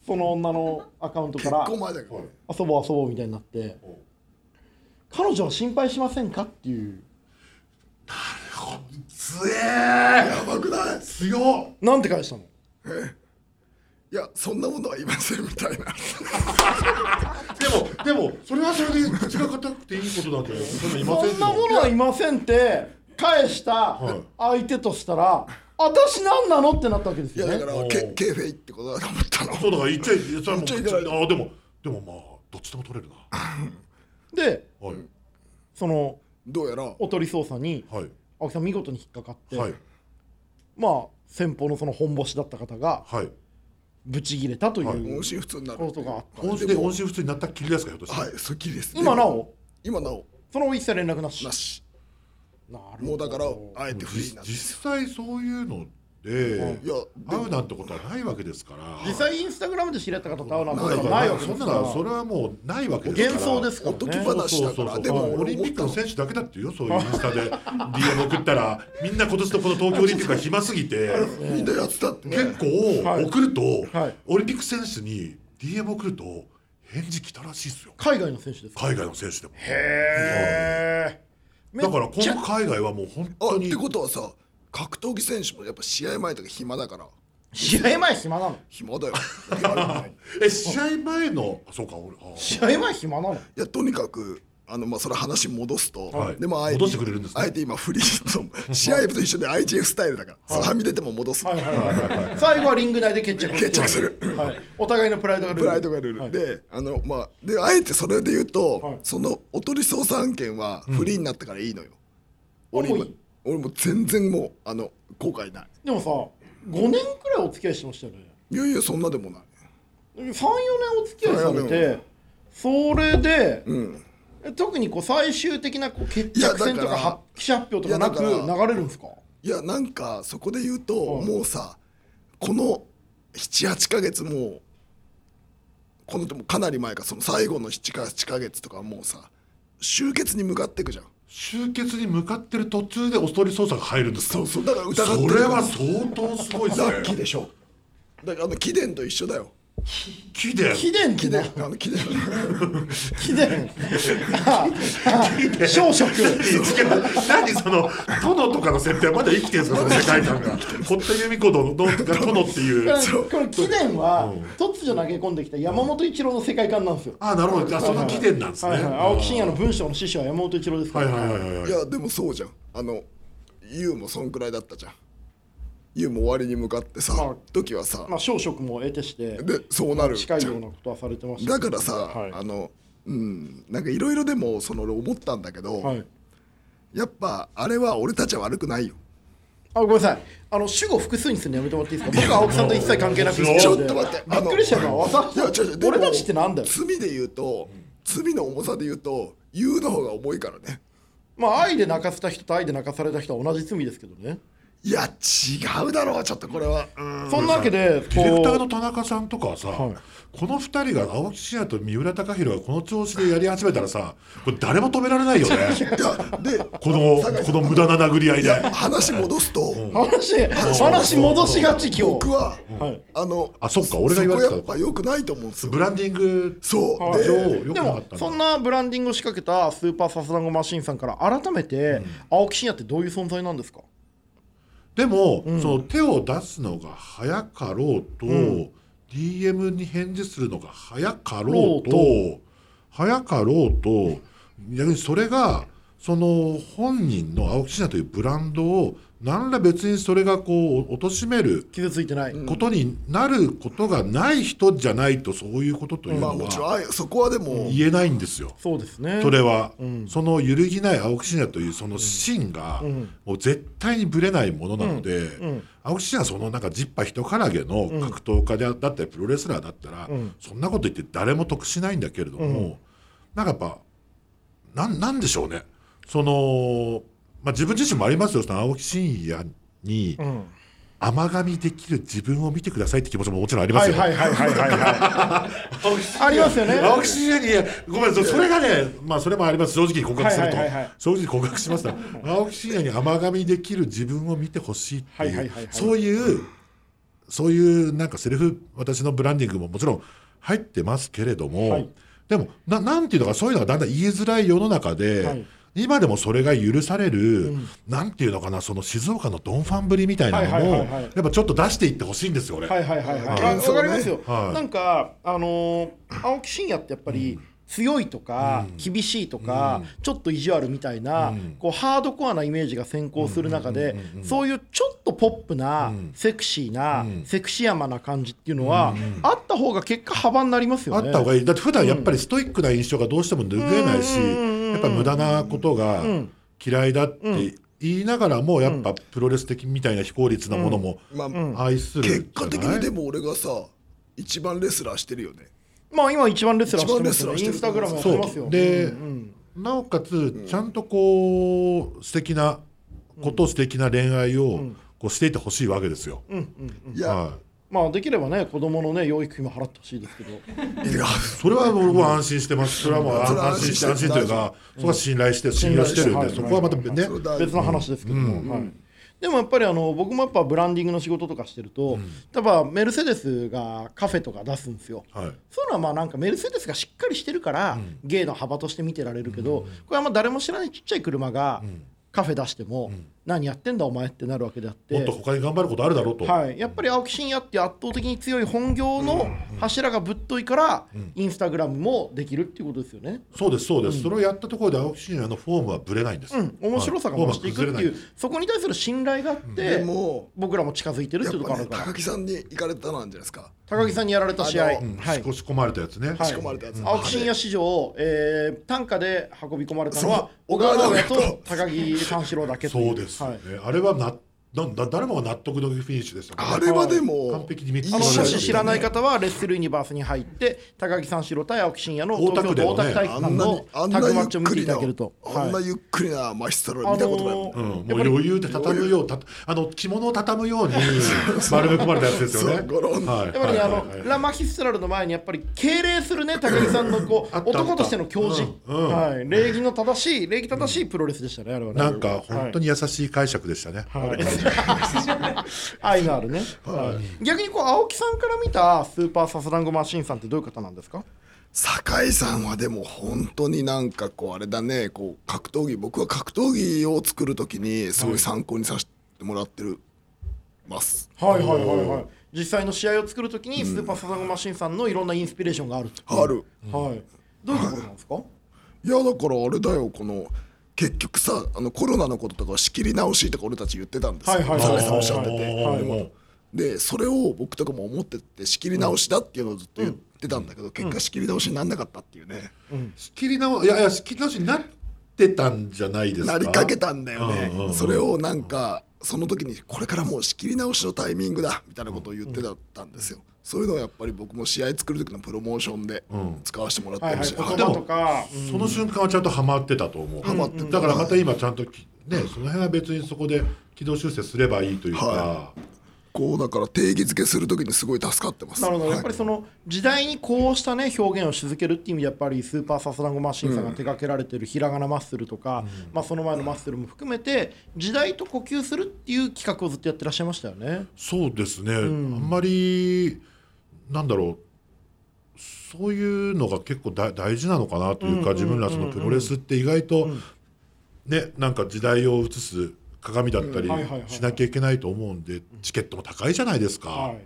Speaker 1: その女のアカウントか
Speaker 4: 結
Speaker 1: ら
Speaker 4: 構前だけどね
Speaker 1: 遊ぼう遊ぼうみたいになって
Speaker 2: お
Speaker 1: 彼女は心配しませんかっていう
Speaker 2: 強えやばくない強っ
Speaker 1: なんて返したの
Speaker 4: いやそんなものはいませんみたいな
Speaker 2: でもでもそれはそれで口が固くていいことなんだよそんないません
Speaker 1: そんなものはいませんって返した
Speaker 2: はい
Speaker 1: 相手としたら私何なのってなったわけです
Speaker 4: いや
Speaker 1: よ
Speaker 4: だ
Speaker 1: ね
Speaker 4: から
Speaker 2: お
Speaker 4: ケ
Speaker 2: う
Speaker 4: ケフェイってことだと思ったの
Speaker 2: そうだから言っちゃいそれはもう口
Speaker 4: 言っちゃいけな
Speaker 2: あでもでもまあどっちでも取れるな
Speaker 1: で
Speaker 2: はい
Speaker 1: その
Speaker 4: どうやら
Speaker 1: おとり捜査に
Speaker 2: はい
Speaker 1: 青木さん見事に引っかかって、
Speaker 2: はい
Speaker 1: まあ先方のその本ボシだった方が
Speaker 2: はい
Speaker 1: ブチギレたとい
Speaker 2: はいう
Speaker 4: 音信不通になる
Speaker 1: ことがあった、
Speaker 2: 音声で音信不通になったっきりですかひょっとして、
Speaker 4: はいそっきりです
Speaker 1: 今なお
Speaker 4: 今なお
Speaker 1: その一切連絡なし
Speaker 4: なし
Speaker 1: なるほど
Speaker 4: もうだからあえてフリーに
Speaker 2: 実
Speaker 4: なって
Speaker 2: 実際そういうので
Speaker 4: いや
Speaker 2: 会うなんてことはないわけですから
Speaker 1: 実際インスタグラムで知り合った方と会うなんてこと
Speaker 2: だ
Speaker 1: は
Speaker 2: から
Speaker 1: ないわけ
Speaker 2: そ
Speaker 1: で
Speaker 2: ん
Speaker 1: す
Speaker 2: な
Speaker 1: か
Speaker 2: の
Speaker 1: ら
Speaker 2: それはもうないわけですから
Speaker 1: 幻想ですか
Speaker 4: おと
Speaker 1: ら
Speaker 4: き
Speaker 1: ね
Speaker 2: そう
Speaker 4: 話
Speaker 2: そうそ
Speaker 4: だか
Speaker 2: うそ
Speaker 4: ら
Speaker 2: う
Speaker 4: でも
Speaker 2: オリンピックの選手だけだってよそういうインスタで DM 送ったらみんな今年のこの東京オリンピックが暇すぎて
Speaker 4: みんなやってたって
Speaker 2: 結
Speaker 1: は
Speaker 2: 構
Speaker 1: い
Speaker 2: 送ると、
Speaker 1: はい
Speaker 2: オリンピック選手に DM 送ると返事来たらしいですよ
Speaker 1: 海外の選手ですか
Speaker 2: 海外の選手でも
Speaker 1: へえ
Speaker 2: だから今後海外はもう本
Speaker 4: あ
Speaker 2: 当
Speaker 4: っ
Speaker 2: に
Speaker 4: てことはさ格闘技選手もやっぱ試合前とか暇だから
Speaker 1: 試合前暇なの
Speaker 4: 暇だよいや
Speaker 2: え試合前のあそうか俺あ
Speaker 1: 試合前暇なの
Speaker 4: いやとにかくあのまあそれ話戻すと、
Speaker 2: はい
Speaker 4: でもあえて
Speaker 2: 戻してくれるんですね
Speaker 4: あえて今フリー と試合と一緒で IGF スタイルだから、はみ出ても戻す、
Speaker 1: はいはいはいはい最後はリング内で決着
Speaker 4: 決着する
Speaker 1: はいお互いのプライドがルール
Speaker 4: プライドがルール、
Speaker 1: はい
Speaker 4: であのまあであえてそれで言うと、
Speaker 1: はい
Speaker 4: そのおとり捜査案件はフリーになったからいいのよ、俺
Speaker 1: もう
Speaker 4: 今
Speaker 1: いい
Speaker 4: 俺も全然もうあの後悔ない
Speaker 1: でもさ5年くらいお付き合いしてましたよね
Speaker 4: いやいやそんなでもない
Speaker 1: 34年お付き合いされ
Speaker 4: そうよ
Speaker 1: てそれで、
Speaker 4: うん
Speaker 1: え特にこう最終的なこう決
Speaker 4: いやだ
Speaker 1: 着
Speaker 4: から
Speaker 1: 戦とかは記者発表とかなく
Speaker 4: いやだから
Speaker 1: 流れるんです か
Speaker 4: いやなんかそこで言うと、
Speaker 1: はい
Speaker 4: もうさこの78ヶ月もうこのでもかなり前かその最後の7か8ヶ月とかはもうさ終結に向かっていくじゃん
Speaker 2: 集結に向かってる途中でおとり捜査が入るんですそう
Speaker 4: そうだから疑ってる
Speaker 2: そ
Speaker 4: から
Speaker 2: れは相当すごいですね
Speaker 4: ラッキーでしょだからあの貴殿と一緒だよ
Speaker 2: 木で
Speaker 1: 貴殿って
Speaker 4: 貴
Speaker 1: な
Speaker 4: 殿あの貴殿
Speaker 1: 貴 殿あ あ小食
Speaker 2: 何その殿とかの設定はまだ生きてるんですかその世界観が堀田由美子ののが殿っていう
Speaker 1: この貴殿は突如投げ込んできた山本一郎の世界観なんですよ
Speaker 2: ああなるほどあその起点なんですね、
Speaker 1: はいはい、青木真也の文章の師匠は山本一郎ですか
Speaker 2: は
Speaker 1: ら、
Speaker 2: いはいはいはい
Speaker 4: いやでもそうじゃんあの YOU もそんくらいだったじゃん YOU も終わりに向かってさ、
Speaker 1: まあ
Speaker 4: 時はさ、
Speaker 1: まあ、小食も得てして
Speaker 4: でそうなるじゃ
Speaker 1: 近
Speaker 4: ん
Speaker 1: いようなことはされてました
Speaker 4: だからさ、
Speaker 1: はい
Speaker 4: あのうんなんかいろいろでもその俺思ったんだけど、
Speaker 1: はい、
Speaker 4: やっぱあれは俺たちは悪くないよ
Speaker 1: あごめんなさいあの主語複数にするのやめてもらっていいですか僕は青木さんと一切関係なく
Speaker 2: いや
Speaker 4: ちょっと待って
Speaker 1: びっくりしたのは私
Speaker 4: いやちょっとでも
Speaker 1: 俺たちってなんだよ
Speaker 4: 罪で言うと罪の重さで言うと YOU の方が重いからね
Speaker 1: まあ愛で泣かせた人と愛で泣かされた人は同じ罪ですけどね
Speaker 4: いや違うだろうちょっとこれはうん
Speaker 1: そんなわけで
Speaker 2: ディレクターの
Speaker 1: こ
Speaker 2: 田中さんとかはさ、
Speaker 1: はい
Speaker 2: この2人が青木真也と三浦貴大がこの調子でやり始めたらさこれ誰も止められない よね
Speaker 4: いやで
Speaker 2: この
Speaker 4: 酒井さ
Speaker 2: こ
Speaker 4: ん
Speaker 2: の無駄な殴り合いで
Speaker 4: 話戻すと、
Speaker 1: う話話戻しがち今日
Speaker 4: 僕は、
Speaker 1: はい
Speaker 4: あの
Speaker 2: あそっか俺が言われてた
Speaker 4: そこやっぱ良くないと思うんですよ
Speaker 2: ブランディング
Speaker 4: そう、
Speaker 1: はい
Speaker 4: で
Speaker 2: 上良く
Speaker 1: で
Speaker 2: なか
Speaker 1: も
Speaker 2: った
Speaker 1: そん
Speaker 2: な
Speaker 1: なブランディングを仕掛けたスーパーサスダンゴマシンさんから改めて青木真也ってどういう存在なんですか
Speaker 2: でも、その手を出すのが早かろうと、DM に返事するのが早かろうと
Speaker 1: ろ
Speaker 2: 早かろうと逆にそれがその本人の青木真也というブランドを何ら別にそれがこう貶める
Speaker 1: 傷ついてない、
Speaker 2: ことになることがない人じゃないとそういうことという
Speaker 4: まあ
Speaker 2: の
Speaker 4: もちろ
Speaker 2: は
Speaker 4: んあそこはでも
Speaker 2: 言えないんですよ。
Speaker 1: そうですね
Speaker 2: それは、その揺るぎない青木真也というその芯が、もう絶対にぶれないものなので、青木真也はそのなんかジッパ人からげの格闘家であだったりプロレスラーだったら、そんなこと言って誰も得しないんだけれども、なんかやっぱなんなんでしょうねその、まあ、自分自身もありますよその青木真也に
Speaker 1: うん
Speaker 2: 甘噛みできる自分を見てくださいって気持ちももちろんありま
Speaker 1: は
Speaker 2: す
Speaker 1: い
Speaker 2: よ。
Speaker 1: はいはいはいはいはいありますよね
Speaker 2: 青木真也にごめんそれがねまあそれもあります正直に告白すると、
Speaker 1: はいはいはいはい
Speaker 2: 正直に告白しました青木真也に甘噛みできる自分を見てほしいって
Speaker 1: は
Speaker 2: いう、
Speaker 1: いはいはいはい
Speaker 2: そういうそういうなんかセルフ私のブランディングももちろん入ってますけれども、
Speaker 1: はい
Speaker 2: でもななんていうのかそういうのがだんだん言いづらい世の中で、
Speaker 1: はい
Speaker 2: 今でもそれが許される、
Speaker 1: うん
Speaker 2: なんていうのかなその静岡のドンファンぶりみたいなの
Speaker 1: はい
Speaker 2: も、
Speaker 1: はいはいはい
Speaker 2: やっぱちょっと出していってほしいんですよ俺、
Speaker 1: はいはいはいはい。
Speaker 2: はい
Speaker 1: あわかりますよ。
Speaker 2: はい
Speaker 1: なんかあのー青木真也ってやっぱり。強いとか、
Speaker 2: うん
Speaker 1: 厳しいとか、
Speaker 2: う
Speaker 1: ちょっと意地悪みたいな、
Speaker 2: うん
Speaker 1: こうハードコアなイメージが先行する中で、
Speaker 2: うんうんうんうん
Speaker 1: そういうちょっとポップな、
Speaker 2: うん
Speaker 1: セクシーな、
Speaker 2: うん
Speaker 1: セクシーマな感じっていうのは、
Speaker 2: うんうん
Speaker 1: あった方が結果幅になりますよ
Speaker 2: あ
Speaker 1: ね。
Speaker 2: った方が
Speaker 1: いい
Speaker 2: いいだって普段やっぱりストイックな印象がどうしても拭えないし、
Speaker 1: うんうんうんうん
Speaker 2: やっぱ無駄なことが
Speaker 1: うん
Speaker 2: 嫌いだって言いながらもやっぱプロレス的みたいな非効率なものも
Speaker 4: まあ、
Speaker 1: ん
Speaker 2: 愛するじゃない
Speaker 4: 結果的にでも俺がさ一番レスラーしてるよね
Speaker 1: まあ今一番レスラーしてますよね。イ
Speaker 4: 一
Speaker 1: ン
Speaker 4: 番レ
Speaker 1: ス
Speaker 4: ス
Speaker 1: タ
Speaker 4: ラーして
Speaker 1: グ
Speaker 4: る
Speaker 1: ラムやってますよ。
Speaker 2: で
Speaker 1: うんうん
Speaker 2: なおかつちゃんとこう素敵なこと素敵な恋愛をこうしていってほしいわけですよ。
Speaker 1: うんうんうん
Speaker 4: いや、
Speaker 2: は
Speaker 1: まあできればね子供のね養育費も払ってほしいですけど。
Speaker 4: いや
Speaker 2: い、それは僕は安心してます、それはもう
Speaker 4: それは
Speaker 2: 安心
Speaker 4: 安心
Speaker 2: し
Speaker 4: して
Speaker 2: 安心
Speaker 4: て
Speaker 2: というか、そこは信頼して信用してるん
Speaker 1: 信頼
Speaker 2: で、
Speaker 1: して
Speaker 2: そこはまたね、
Speaker 4: それ大
Speaker 1: 別
Speaker 4: 事
Speaker 1: の話ですけども、
Speaker 2: うん
Speaker 1: はい、でもやっぱりあの僕もやっぱブランディングの仕事とかしてると、やっぱメルセデスがカフェとか出すんですよ。
Speaker 2: はい、
Speaker 1: そういうのはまあなんかメルセデスがしっかりしてるから、芸の幅として見てられるけど、これはまあ誰も知らないちっちゃい車がカフェ出しても、何やってんだお前ってなるわけであって。
Speaker 2: もっと他に頑張ることあるだろうと、
Speaker 1: はい、やっぱり青木真也っていう圧倒的に強い本業の柱がぶっといから、インスタグラムもできるっていうことですよね。
Speaker 2: そうです、そうです、それをやったところで青木真也のフォームはぶれないんで
Speaker 1: う
Speaker 2: す、
Speaker 1: ん、面白さが増していくって
Speaker 2: はいフォームは崩れ
Speaker 1: う、
Speaker 2: ない
Speaker 1: そこに対する信頼があって、
Speaker 4: でも
Speaker 1: 僕らも近づいてるっ
Speaker 4: や
Speaker 1: て
Speaker 4: っ
Speaker 1: いうとこ
Speaker 4: ぱ
Speaker 1: ろがあ
Speaker 4: ね
Speaker 1: るから
Speaker 4: 高木さんに行かれたなんじゃないですか
Speaker 1: 高木さんにやられた試合、
Speaker 4: あの
Speaker 2: うん
Speaker 1: はい
Speaker 2: 仕、込まれたやつね、
Speaker 1: はい
Speaker 4: 仕込まれたやつ、
Speaker 1: 青木真也史上、えー、単価で運び込まれたの
Speaker 4: そ
Speaker 1: は
Speaker 4: う
Speaker 1: 小川直也
Speaker 4: 小川直
Speaker 1: と
Speaker 4: 也と
Speaker 1: 高木三四郎だけとい
Speaker 2: そうです、
Speaker 1: はい、
Speaker 2: ねあれはななな誰もが納得のフィニッシュでした
Speaker 4: あ
Speaker 2: ね
Speaker 4: れはでも
Speaker 2: 完璧に見つけ
Speaker 1: あの
Speaker 2: ら
Speaker 1: も
Speaker 2: れ
Speaker 1: し
Speaker 2: た
Speaker 1: 知らない方はレッスルユニバースに入って高木三四郎対青木真也の
Speaker 2: 大田
Speaker 1: 東
Speaker 2: 区
Speaker 1: 京都大田区体育
Speaker 4: あ
Speaker 1: 館
Speaker 4: んな
Speaker 1: の
Speaker 4: に
Speaker 1: タ
Speaker 4: あん
Speaker 1: ッ
Speaker 4: な
Speaker 1: グ
Speaker 4: ゆ
Speaker 1: マ
Speaker 4: っ
Speaker 1: ッチを見
Speaker 4: く
Speaker 1: てい
Speaker 4: り
Speaker 1: た
Speaker 4: な
Speaker 1: だけると。
Speaker 4: あんな
Speaker 1: はい
Speaker 4: ゆっくりなマヒストロ
Speaker 1: あの
Speaker 4: 見たことないもん、
Speaker 2: うん、もう
Speaker 1: やっぱり
Speaker 2: 余裕で畳むようたあの着物を畳むように丸め込まれたやつですよね。
Speaker 4: そうゴロン
Speaker 2: はい、
Speaker 1: やっぱりね、あ
Speaker 2: はい
Speaker 1: の、
Speaker 2: はいはい
Speaker 1: ラ・マヒストラルの前にやっぱり敬礼するね高木さんのこう
Speaker 2: あったあった
Speaker 1: 男としての教示、
Speaker 2: うんうん
Speaker 1: はい、礼儀の正しい礼儀正しいプロレスでしたねあれはね
Speaker 2: なんか本当
Speaker 1: に、
Speaker 2: に優しい解釈でしたね。
Speaker 1: はい愛のあるね、はい逆にこう青木さんから見たスーパーサスランゴマシンさんってどういう方なんですか
Speaker 4: 酒井さんはでも本当になんかこうあれだねこう格闘技僕は格闘技を作るときにすごい参考にさせてもらってるます、
Speaker 1: はいはいはいはい実際の試合を作るときにスーパーサスランゴマシンさんのいろんなインスピレーションがあると、
Speaker 4: ある
Speaker 1: はいどういうところなんですか
Speaker 4: いやだからあれだよこの結局さあのコロナのこととかを仕切り直しとか俺たち言ってたんですよ、
Speaker 1: はいはい
Speaker 4: 酒井さん
Speaker 1: は
Speaker 4: お
Speaker 1: い
Speaker 4: っしゃってて、
Speaker 2: はい
Speaker 4: でもでそれを僕とかも思ってて仕切り直しだっていうのをずっと言ってたんだけど、結果仕切り直しにならなかったっていうね、
Speaker 2: 仕切り直いやいや仕切り直しになってたんじゃないですか。
Speaker 4: なりかけたんだよね、
Speaker 2: うんうんうん
Speaker 4: それをなんかその時にこれからもう仕切り直しのタイミングだみたいなことを言ってたんですよ、そういうのをやっぱり僕も試合作る時のプロモーションで
Speaker 2: ん
Speaker 4: 使わせてもらって
Speaker 1: はい
Speaker 4: る
Speaker 1: はい
Speaker 4: し、
Speaker 1: 言
Speaker 4: は
Speaker 1: 葉
Speaker 4: いでも
Speaker 1: とか、
Speaker 2: その瞬間はちゃんとハマってたと思う。
Speaker 4: ハマってた
Speaker 2: だからまた今ちゃんときねその辺は別にそこで軌道修正すればいいというか。
Speaker 4: はこうだから定義づけする時にすごい助かってます
Speaker 1: なるほど、
Speaker 4: はい
Speaker 1: やっぱりその時代にこうしたね表現をし続けるっていう意味でやっぱりスーパーサスランゴマシンさんが手掛けられてるひらがなマッスルとか、まあ、その前のマッスルも含めて時代と呼吸するっていう企画をずっとやってらっしゃいましたよね。
Speaker 2: そうですね、あんまりなんだろうそういうのが結構だ大事なのかなというか、自分らそのプロレスって意外と、ねなんか時代を映す鏡だったり
Speaker 1: はいはいはいはい
Speaker 2: しなきゃいけないと思うんでチケットも高いじゃないですか、
Speaker 1: はい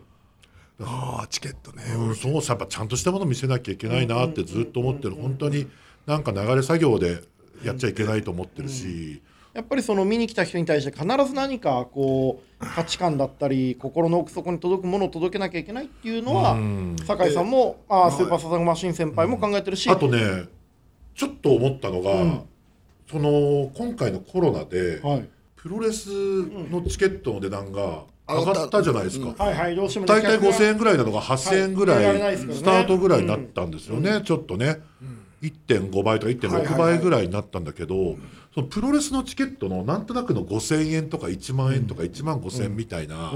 Speaker 4: ああチケットね、
Speaker 2: うん、そうやっぱちゃんとしたもの見せなきゃいけないなってずっと思ってる本当になんか流れ作業でやっちゃいけないと思ってるし、
Speaker 1: やっぱりその見に来た人に対して必ず何かこう価値観だったり心の奥底に届くものを届けなきゃいけないっていうのは
Speaker 2: うん
Speaker 1: 酒井さんもあースーパーサスランゴマシン先輩も考えてるし、
Speaker 2: あとねちょっと思ったのが、その今回のコロナで、
Speaker 1: はい、
Speaker 2: プロレスのチケットの値段が上がったじゃないですか、
Speaker 1: はいはいどうしてもね
Speaker 2: 大体
Speaker 1: 客が
Speaker 2: 5000円ぐらいなのが8000円ぐらい、
Speaker 1: はい上がらないですからね
Speaker 2: スタートぐらいになったんですよね、ちょっとね、1.5倍とか
Speaker 1: はいはい
Speaker 2: 1.6
Speaker 1: はい
Speaker 2: 倍ぐらいになったんだけど、そのプロレスのチケットのなんとなくの5000円とか1万円とか1万5000円みたいな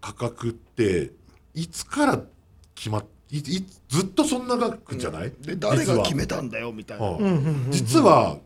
Speaker 2: 価格っていつから決まっいいずっとそんな額じゃない、
Speaker 4: で誰
Speaker 2: 実は
Speaker 4: が決めたんだよみたいな、
Speaker 2: はい実は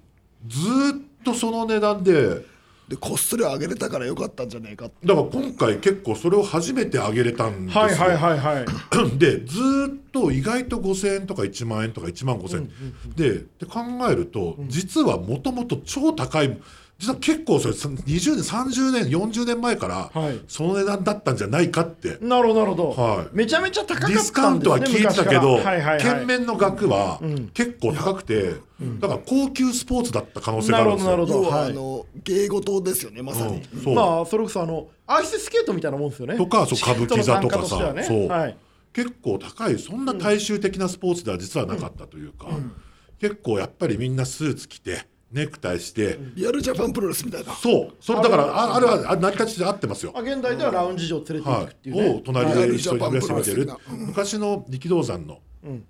Speaker 2: ずーっとその値段で
Speaker 4: でこっそり上げれたからよかったんじゃねえかって
Speaker 2: だから今回結構それを初めて上げれたんですよ、
Speaker 1: はいはいはいはい
Speaker 2: でずーっと意外と5,000円とか1万円とか1万5,000円、でで考えると実はもともと超高い実は結構それ20年30年40年前から
Speaker 1: はい
Speaker 2: その値段だったんじゃないかって、
Speaker 1: なるほどなるほど、
Speaker 2: はい
Speaker 1: めちゃめちゃ高かったん
Speaker 2: デ
Speaker 1: で
Speaker 2: ィ
Speaker 1: すね
Speaker 2: スカウントは聞いてたけど、
Speaker 1: 昔からはいはいはい、
Speaker 2: 券面の額は結構高くて、だから高級スポーツだった可能性があるんですよ。
Speaker 1: なるほどなるほど
Speaker 4: 要は
Speaker 1: はい
Speaker 4: あの芸事ですよねまさに、
Speaker 2: うんそう
Speaker 1: まあそれこそあのアイススケートみたいなもんですよね
Speaker 2: とかそう歌舞伎 座とかさ
Speaker 1: チケットの単価してはね
Speaker 2: そう
Speaker 1: はい
Speaker 2: 結構高いそんな大衆的なスポーツでは実はなかったというか、結構やっぱりみんなスーツ着てネクタイして、
Speaker 4: リアルジャパンプロレスみたいな
Speaker 2: そうそれだからああれはあ成り立ちで合ってますよ。
Speaker 1: まあ、現代ではラウンジ場連れて行
Speaker 2: は
Speaker 1: くって
Speaker 2: い、
Speaker 1: いうね、
Speaker 2: を隣で一緒に
Speaker 4: はい
Speaker 2: 休めてる
Speaker 4: ジャパンプロレス、
Speaker 2: 昔の力道山の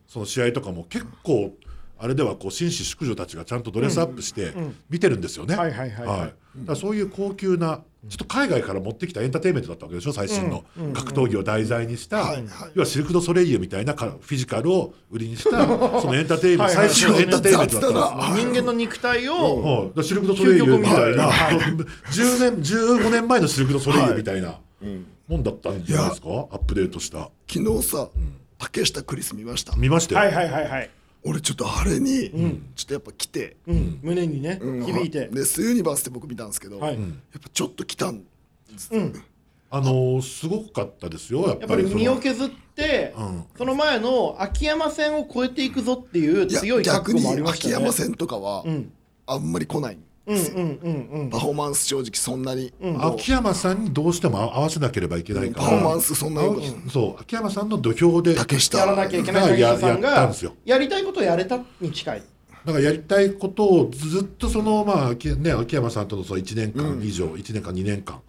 Speaker 2: その試合とかも結構あれではこう紳士淑女たちがちゃんとドレスアップして見てるんですよね。
Speaker 1: はいはいはいはい
Speaker 2: だからそういう高級なちょっと海外から持ってきたエンターテインメントだったわけでしょ最新の格闘技を題材にした
Speaker 4: はいはい
Speaker 2: 要はシルク・ドゥ・ソレイユみたいなかフィジカルを売りに したそのエンターテインメント
Speaker 1: はいはい
Speaker 2: 最新のエンターテインメントだったんですよ
Speaker 4: 雑だな
Speaker 1: 人間の肉体を、
Speaker 2: はい、だからシルク・ドゥ・ソレイユみたいな、
Speaker 1: はい
Speaker 2: 10年15年前のシルク・ドゥ・ソレイユみたいなもんだったんじゃないですか、アップデートした
Speaker 4: 昨日さ、竹下クリス見ました
Speaker 2: 見ましたよ、
Speaker 1: はいはいはいはい、
Speaker 4: 俺ちょっとあれに、ちょっとやっぱ来て、
Speaker 1: うん、胸にね、響いて、
Speaker 4: でスユニバースって僕見たんですけど、
Speaker 1: はい
Speaker 4: やっぱちょっと来たん
Speaker 2: あのーすごかったですよやっ
Speaker 1: やっ
Speaker 2: ぱ
Speaker 1: ぱり
Speaker 2: りその
Speaker 1: 身を削って、
Speaker 2: ん
Speaker 1: その前の秋山戦を越えていくぞっていう
Speaker 4: いや
Speaker 1: 強い覚
Speaker 4: 逆
Speaker 1: 悟
Speaker 4: に
Speaker 1: もありました
Speaker 4: 秋
Speaker 1: ね
Speaker 4: 山戦とかは、
Speaker 1: ん
Speaker 4: あんまり来ないんですよ、
Speaker 1: うんうん
Speaker 4: パフォーマンス正直そんなに、もう
Speaker 2: 秋山さんにどうしても合わせなければいけないか
Speaker 4: パフォーマ
Speaker 2: ら
Speaker 4: ン、スそんな
Speaker 2: 青
Speaker 4: に、
Speaker 2: 木そう秋山さんの土俵でだか
Speaker 4: 竹下
Speaker 1: やらなきゃいけない竹
Speaker 2: や
Speaker 1: 下さん
Speaker 2: やったん
Speaker 1: が
Speaker 2: ですよ
Speaker 1: やりたいことをやれたに近い
Speaker 2: らやりたいことをずっとその、まあ秋ね、秋山さんとのその1年間以上、1年間2年間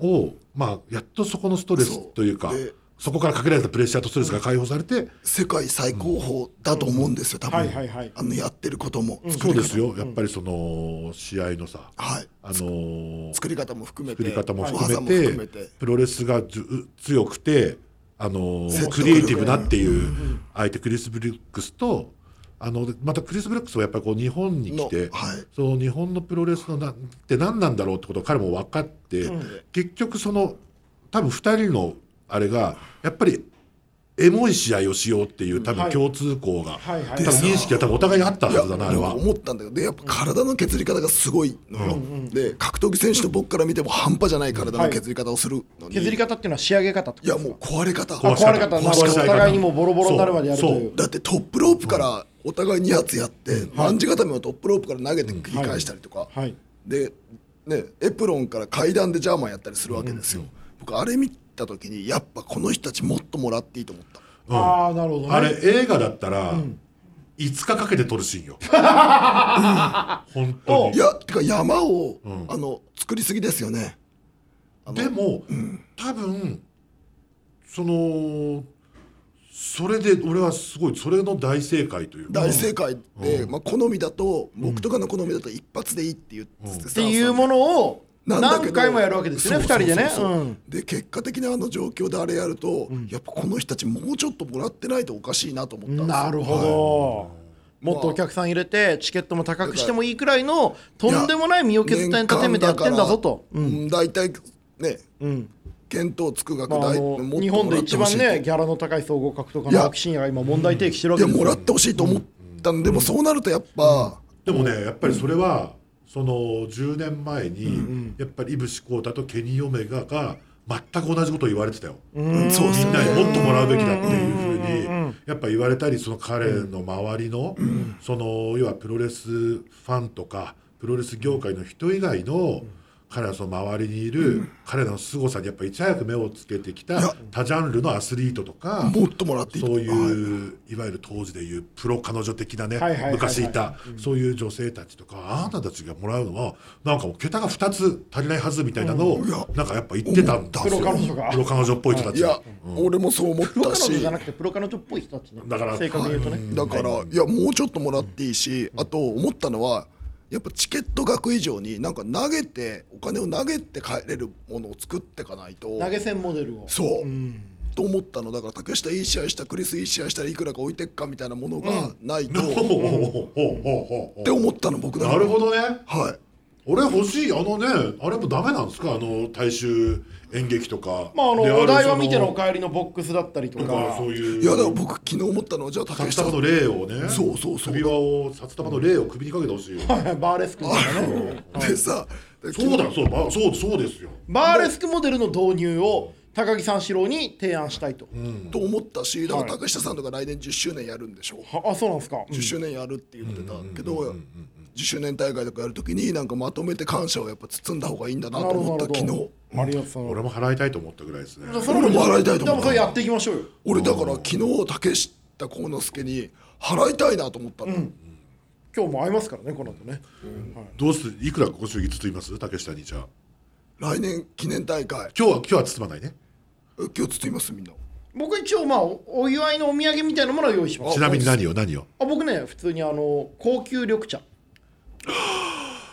Speaker 2: を、まあ、やっとそこのストレスというか
Speaker 4: そうで
Speaker 2: そこからかけられたプレッシャーとストレスが解放されて、
Speaker 4: 世界最高峰だと思うんですよ多分、
Speaker 1: はいはいはい
Speaker 4: あのやってることも、作
Speaker 2: そう
Speaker 4: り方も
Speaker 2: ですよ、やっぱりその試合のさ、
Speaker 4: はい
Speaker 2: あのー
Speaker 4: 作り方も含めて
Speaker 2: 作り方も
Speaker 4: 技
Speaker 2: 含
Speaker 4: も
Speaker 2: めて,、
Speaker 4: 含めて
Speaker 2: プロレスがじゅ強くて、あのー
Speaker 4: 説得力
Speaker 2: クリエイティブなっていう相手クリス・ブルックスとあのまたクリス・ブルックスはやっぱりこう日本に来て、
Speaker 4: のはい
Speaker 2: その日本のプロレスのなって何なんだろうってことを彼も分かって、結局その多分2人のあれがやっぱりエモい試合をしようっていう多
Speaker 1: は
Speaker 2: 分
Speaker 1: い
Speaker 2: 共通項が、
Speaker 1: はいはい
Speaker 2: 多分認識が多分お互いにあったはずだなあ
Speaker 4: な
Speaker 2: れ
Speaker 4: ん
Speaker 2: は
Speaker 4: か。思ったんだけどでやっぱ体の削り方がすごいのよ、で格闘技選手の僕から見ても半端じゃない体の削り方をするのに、
Speaker 1: 削り方っていうのは仕上げ方って
Speaker 4: い
Speaker 1: こ
Speaker 4: や
Speaker 1: とです
Speaker 4: も
Speaker 1: か
Speaker 4: う壊れ方
Speaker 1: あ壊れ方
Speaker 2: 壊し
Speaker 1: まあ
Speaker 2: 方
Speaker 1: お互いにもうボロボロになるまでやると
Speaker 2: そう
Speaker 1: い
Speaker 2: そう
Speaker 4: だってトップロープからお互い2発やって、万字固めをトップロープから投げて繰り返したりとか、
Speaker 1: はい
Speaker 4: で、ね、エプロンから階段でジャーマンやったりするわけですよ、僕あれ見た時にやっぱこの人たちもっともらっていいと思った
Speaker 2: うん
Speaker 1: ああなるほどね
Speaker 2: あれ映画だったら、5日かけて撮るシーン よ。うん本当
Speaker 4: い
Speaker 2: に。
Speaker 4: やてか山を、あの作りすぎですよね
Speaker 2: でも、多分そのそれで俺はすごいそれの大正解というか
Speaker 4: 大正解で、まあ、好みだと僕とかの好みだと一発でいいっていう、っ
Speaker 1: っていうものを
Speaker 4: なんだけ
Speaker 1: 何
Speaker 4: ど
Speaker 1: 回もやるわけですよね
Speaker 4: そう
Speaker 1: 二人でね
Speaker 4: そうそうそう
Speaker 1: うん
Speaker 4: で結果的にあの状況であれやると、やっぱこの人たちもうちょっともらってないとおかしいなと思ったんですよ
Speaker 1: なるほど、もっとお客さん入れてチケットも高くしてもいいくらいのとんでもない身を削ったエンターテインメントやってんだぞと、
Speaker 4: 年間だからうん大体ね、見当つく額
Speaker 1: まあ、あ
Speaker 4: 大
Speaker 1: の
Speaker 4: もっともらってほしい
Speaker 1: 日本で一番ねギャラの高い総合格闘家
Speaker 4: い
Speaker 1: の
Speaker 4: や
Speaker 1: 青木真也が今問題提起してるわ
Speaker 4: い
Speaker 1: け
Speaker 4: や
Speaker 1: です
Speaker 4: も
Speaker 1: よ
Speaker 4: らってほしいと思ったんで、もそうなるとやっぱ、
Speaker 2: でもねやっぱりそれは、その10年前に、やっぱり井伏浩太とケニー・オメガが全く同じことを言われてたよ。
Speaker 4: そうで
Speaker 2: み
Speaker 4: す
Speaker 2: んなにもっともらうべきだっていうふうにやっぱ言われたりその彼の周りのその要はプロレスファンとかプロレス業界の人以外の彼らのその周りにいる彼らの凄さにやっぱいち早く目をつけてきた多ジャンルのアスリートとか
Speaker 4: もっともらっていい
Speaker 2: そういういわゆる当時でいうプロ彼女的なね
Speaker 1: はいはいはいはい
Speaker 2: 昔いたそういう女性たちとかあなたたちがもらうのはなんかもう桁が2つ足りないはずみたいなのをなんかやっぱ言ってたんですよ
Speaker 1: プロ彼女が
Speaker 2: プロ彼女っぽい人た
Speaker 4: い
Speaker 2: ちが
Speaker 4: や。、俺もそう思っ
Speaker 1: プロ
Speaker 4: た
Speaker 1: 彼女
Speaker 4: し
Speaker 1: じゃなくてプロ彼女っぽい人たちね
Speaker 2: だから
Speaker 1: 正確に言うとね、
Speaker 4: だから、い、やもうちょっともらっていいし、あと思ったのはやっぱチケット額以上になんか投げてお金を投げて帰れるものを作っていかないと
Speaker 1: 投げ銭モデルを
Speaker 4: そう、と思ったのだから竹下いい試合したクリスいい試合したらいくらか置いてっかみたいなものがないと、
Speaker 2: ほうほう
Speaker 4: って思ったの僕だ
Speaker 2: なるほどね
Speaker 4: はい
Speaker 2: 俺欲しいあのねあれもダメなんですかあの大衆演劇とか
Speaker 1: まああの
Speaker 2: でる
Speaker 1: お台場見てのお
Speaker 2: そ
Speaker 1: 帰りのボックスだったりと
Speaker 2: と
Speaker 1: か
Speaker 2: かそういう
Speaker 4: いやでも僕昨日思ったのはじゃあ竹
Speaker 2: 札
Speaker 4: 下
Speaker 2: 束
Speaker 4: さん
Speaker 2: の霊をね
Speaker 4: そうそうそう
Speaker 2: 首輪を札束の霊を首にかけてほしいよ
Speaker 1: バーレスクとかね
Speaker 4: でさ
Speaker 2: そうだそうまあそうそうですよ
Speaker 1: バーレスクモデルの導入を高木三四郎に提案したいと、
Speaker 4: と思ったしだか
Speaker 1: はい
Speaker 4: ら竹下さんとか来年10周年やるんでしょ
Speaker 1: はあそうなんですか、
Speaker 4: 10周年やるって言ってたけど10周年大会とかやるときになんかまとめて感謝をやっぱ包んだ方がいいんだなと
Speaker 1: なる
Speaker 4: 思
Speaker 1: ほ
Speaker 4: った
Speaker 1: ど
Speaker 4: 昨日
Speaker 1: ありがとうございます
Speaker 2: 俺も払いたいと思ったぐらいですね
Speaker 1: それも
Speaker 4: 俺も洗いたいと思う
Speaker 1: でもそれやっていきましょうよ
Speaker 4: 俺だから昨日竹下幸之助に払いたいなと思ったの
Speaker 1: 今日も会いますからねこの後ね、はい、
Speaker 2: どうするいくらご祝儀包みます竹下にじゃあ
Speaker 4: 来年記念大会
Speaker 2: 今日は今日は包まないね
Speaker 4: え今日包みますみんな
Speaker 1: 僕一応まあおお祝いのお土産みたいなものを用意しま
Speaker 2: ち
Speaker 1: す
Speaker 2: なみに何を何を
Speaker 1: あ僕ね普通にあの高級緑 茶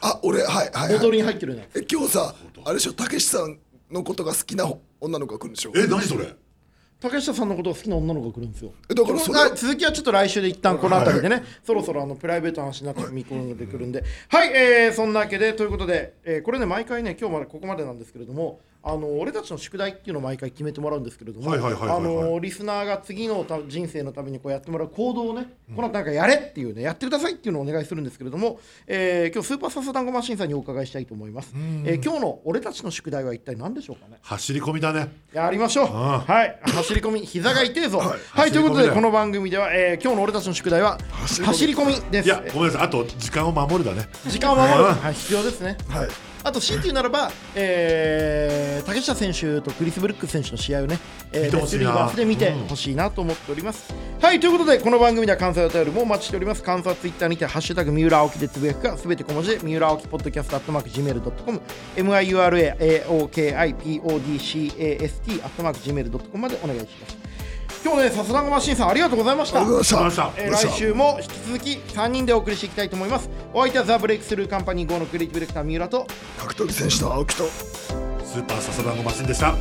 Speaker 4: あ俺はいはい、
Speaker 1: ボ
Speaker 4: は
Speaker 1: ト
Speaker 4: い、
Speaker 1: ルに入ってるやつ
Speaker 4: え今日さあれでしょ竹下さんのことが好きな女の子が来るんでしょ
Speaker 2: え何それ
Speaker 1: 竹下さんのことを好きな女の子が来るんですよ
Speaker 4: えだからそれ
Speaker 1: あ続きはちょっと来週で一旦この辺りでね、そろそろあのプライベートの話になって見込んでくるんで、はい、えーそんなわけでということで、えーこれね毎回ね今日までここまでなんですけれどもあの俺たちの宿題っていうのを毎回決めてもらうんですけれども
Speaker 2: は
Speaker 1: あ
Speaker 2: いはいはいはいはい
Speaker 1: のリスナーが次のた人生のためにこうやってもらう行動をね、このなんかやれっていうねやってくださいっていうのをお願いするんですけれども、えー今日スーパーサスダンゴマシンさんにお伺いしたいと思います、えー今日の俺たちの宿題は一体何でしょうかね
Speaker 2: 走り込みだね
Speaker 1: やりましょう。
Speaker 2: ああ
Speaker 1: はい、走り込み、膝が痛いぞ。はい、
Speaker 2: 走
Speaker 1: とい
Speaker 2: り
Speaker 1: う
Speaker 2: 込みだ
Speaker 1: こと
Speaker 2: よ
Speaker 1: で、この番組では、えー今日の俺たちの宿題は
Speaker 4: 走り込み
Speaker 1: 走り込みで
Speaker 2: い
Speaker 1: す。
Speaker 2: やごめんなさいあと時間を守るだね
Speaker 1: 時間を守る、はい、必要ですね。
Speaker 4: はい
Speaker 1: あと、強いて言うならば、えー竹下選手とクリス・ブルックス選手の試合をね、えー、
Speaker 2: 見
Speaker 1: レ
Speaker 2: てほ
Speaker 1: ス
Speaker 2: しい
Speaker 1: リー
Speaker 2: な
Speaker 1: バースで見てほしいなと思っております。はい、ということで、この番組では感想やお便りもお待ちしております。感想はツイッターにて、ハッシュタグ、三浦青木でつぶやくか、すべて小文字で、三浦青木ポッドキャスト、アットマーク、gmail.com、miuraokipodcast、アットマーク、gmail.com までお願いします。今日ね、さすらんごマシンさん、ありがとうございまし
Speaker 4: あ
Speaker 1: た
Speaker 4: りがとう。ございま
Speaker 2: ま
Speaker 4: し
Speaker 2: したた
Speaker 1: えー来週も引き続き3人でお送りしていきたいと思いますお相手はザ・ブレイクスルーカンパニー GO のクリエイティブディレクター三浦と
Speaker 4: 格闘技選手の青木と
Speaker 2: スーパーササダンゴマシンでした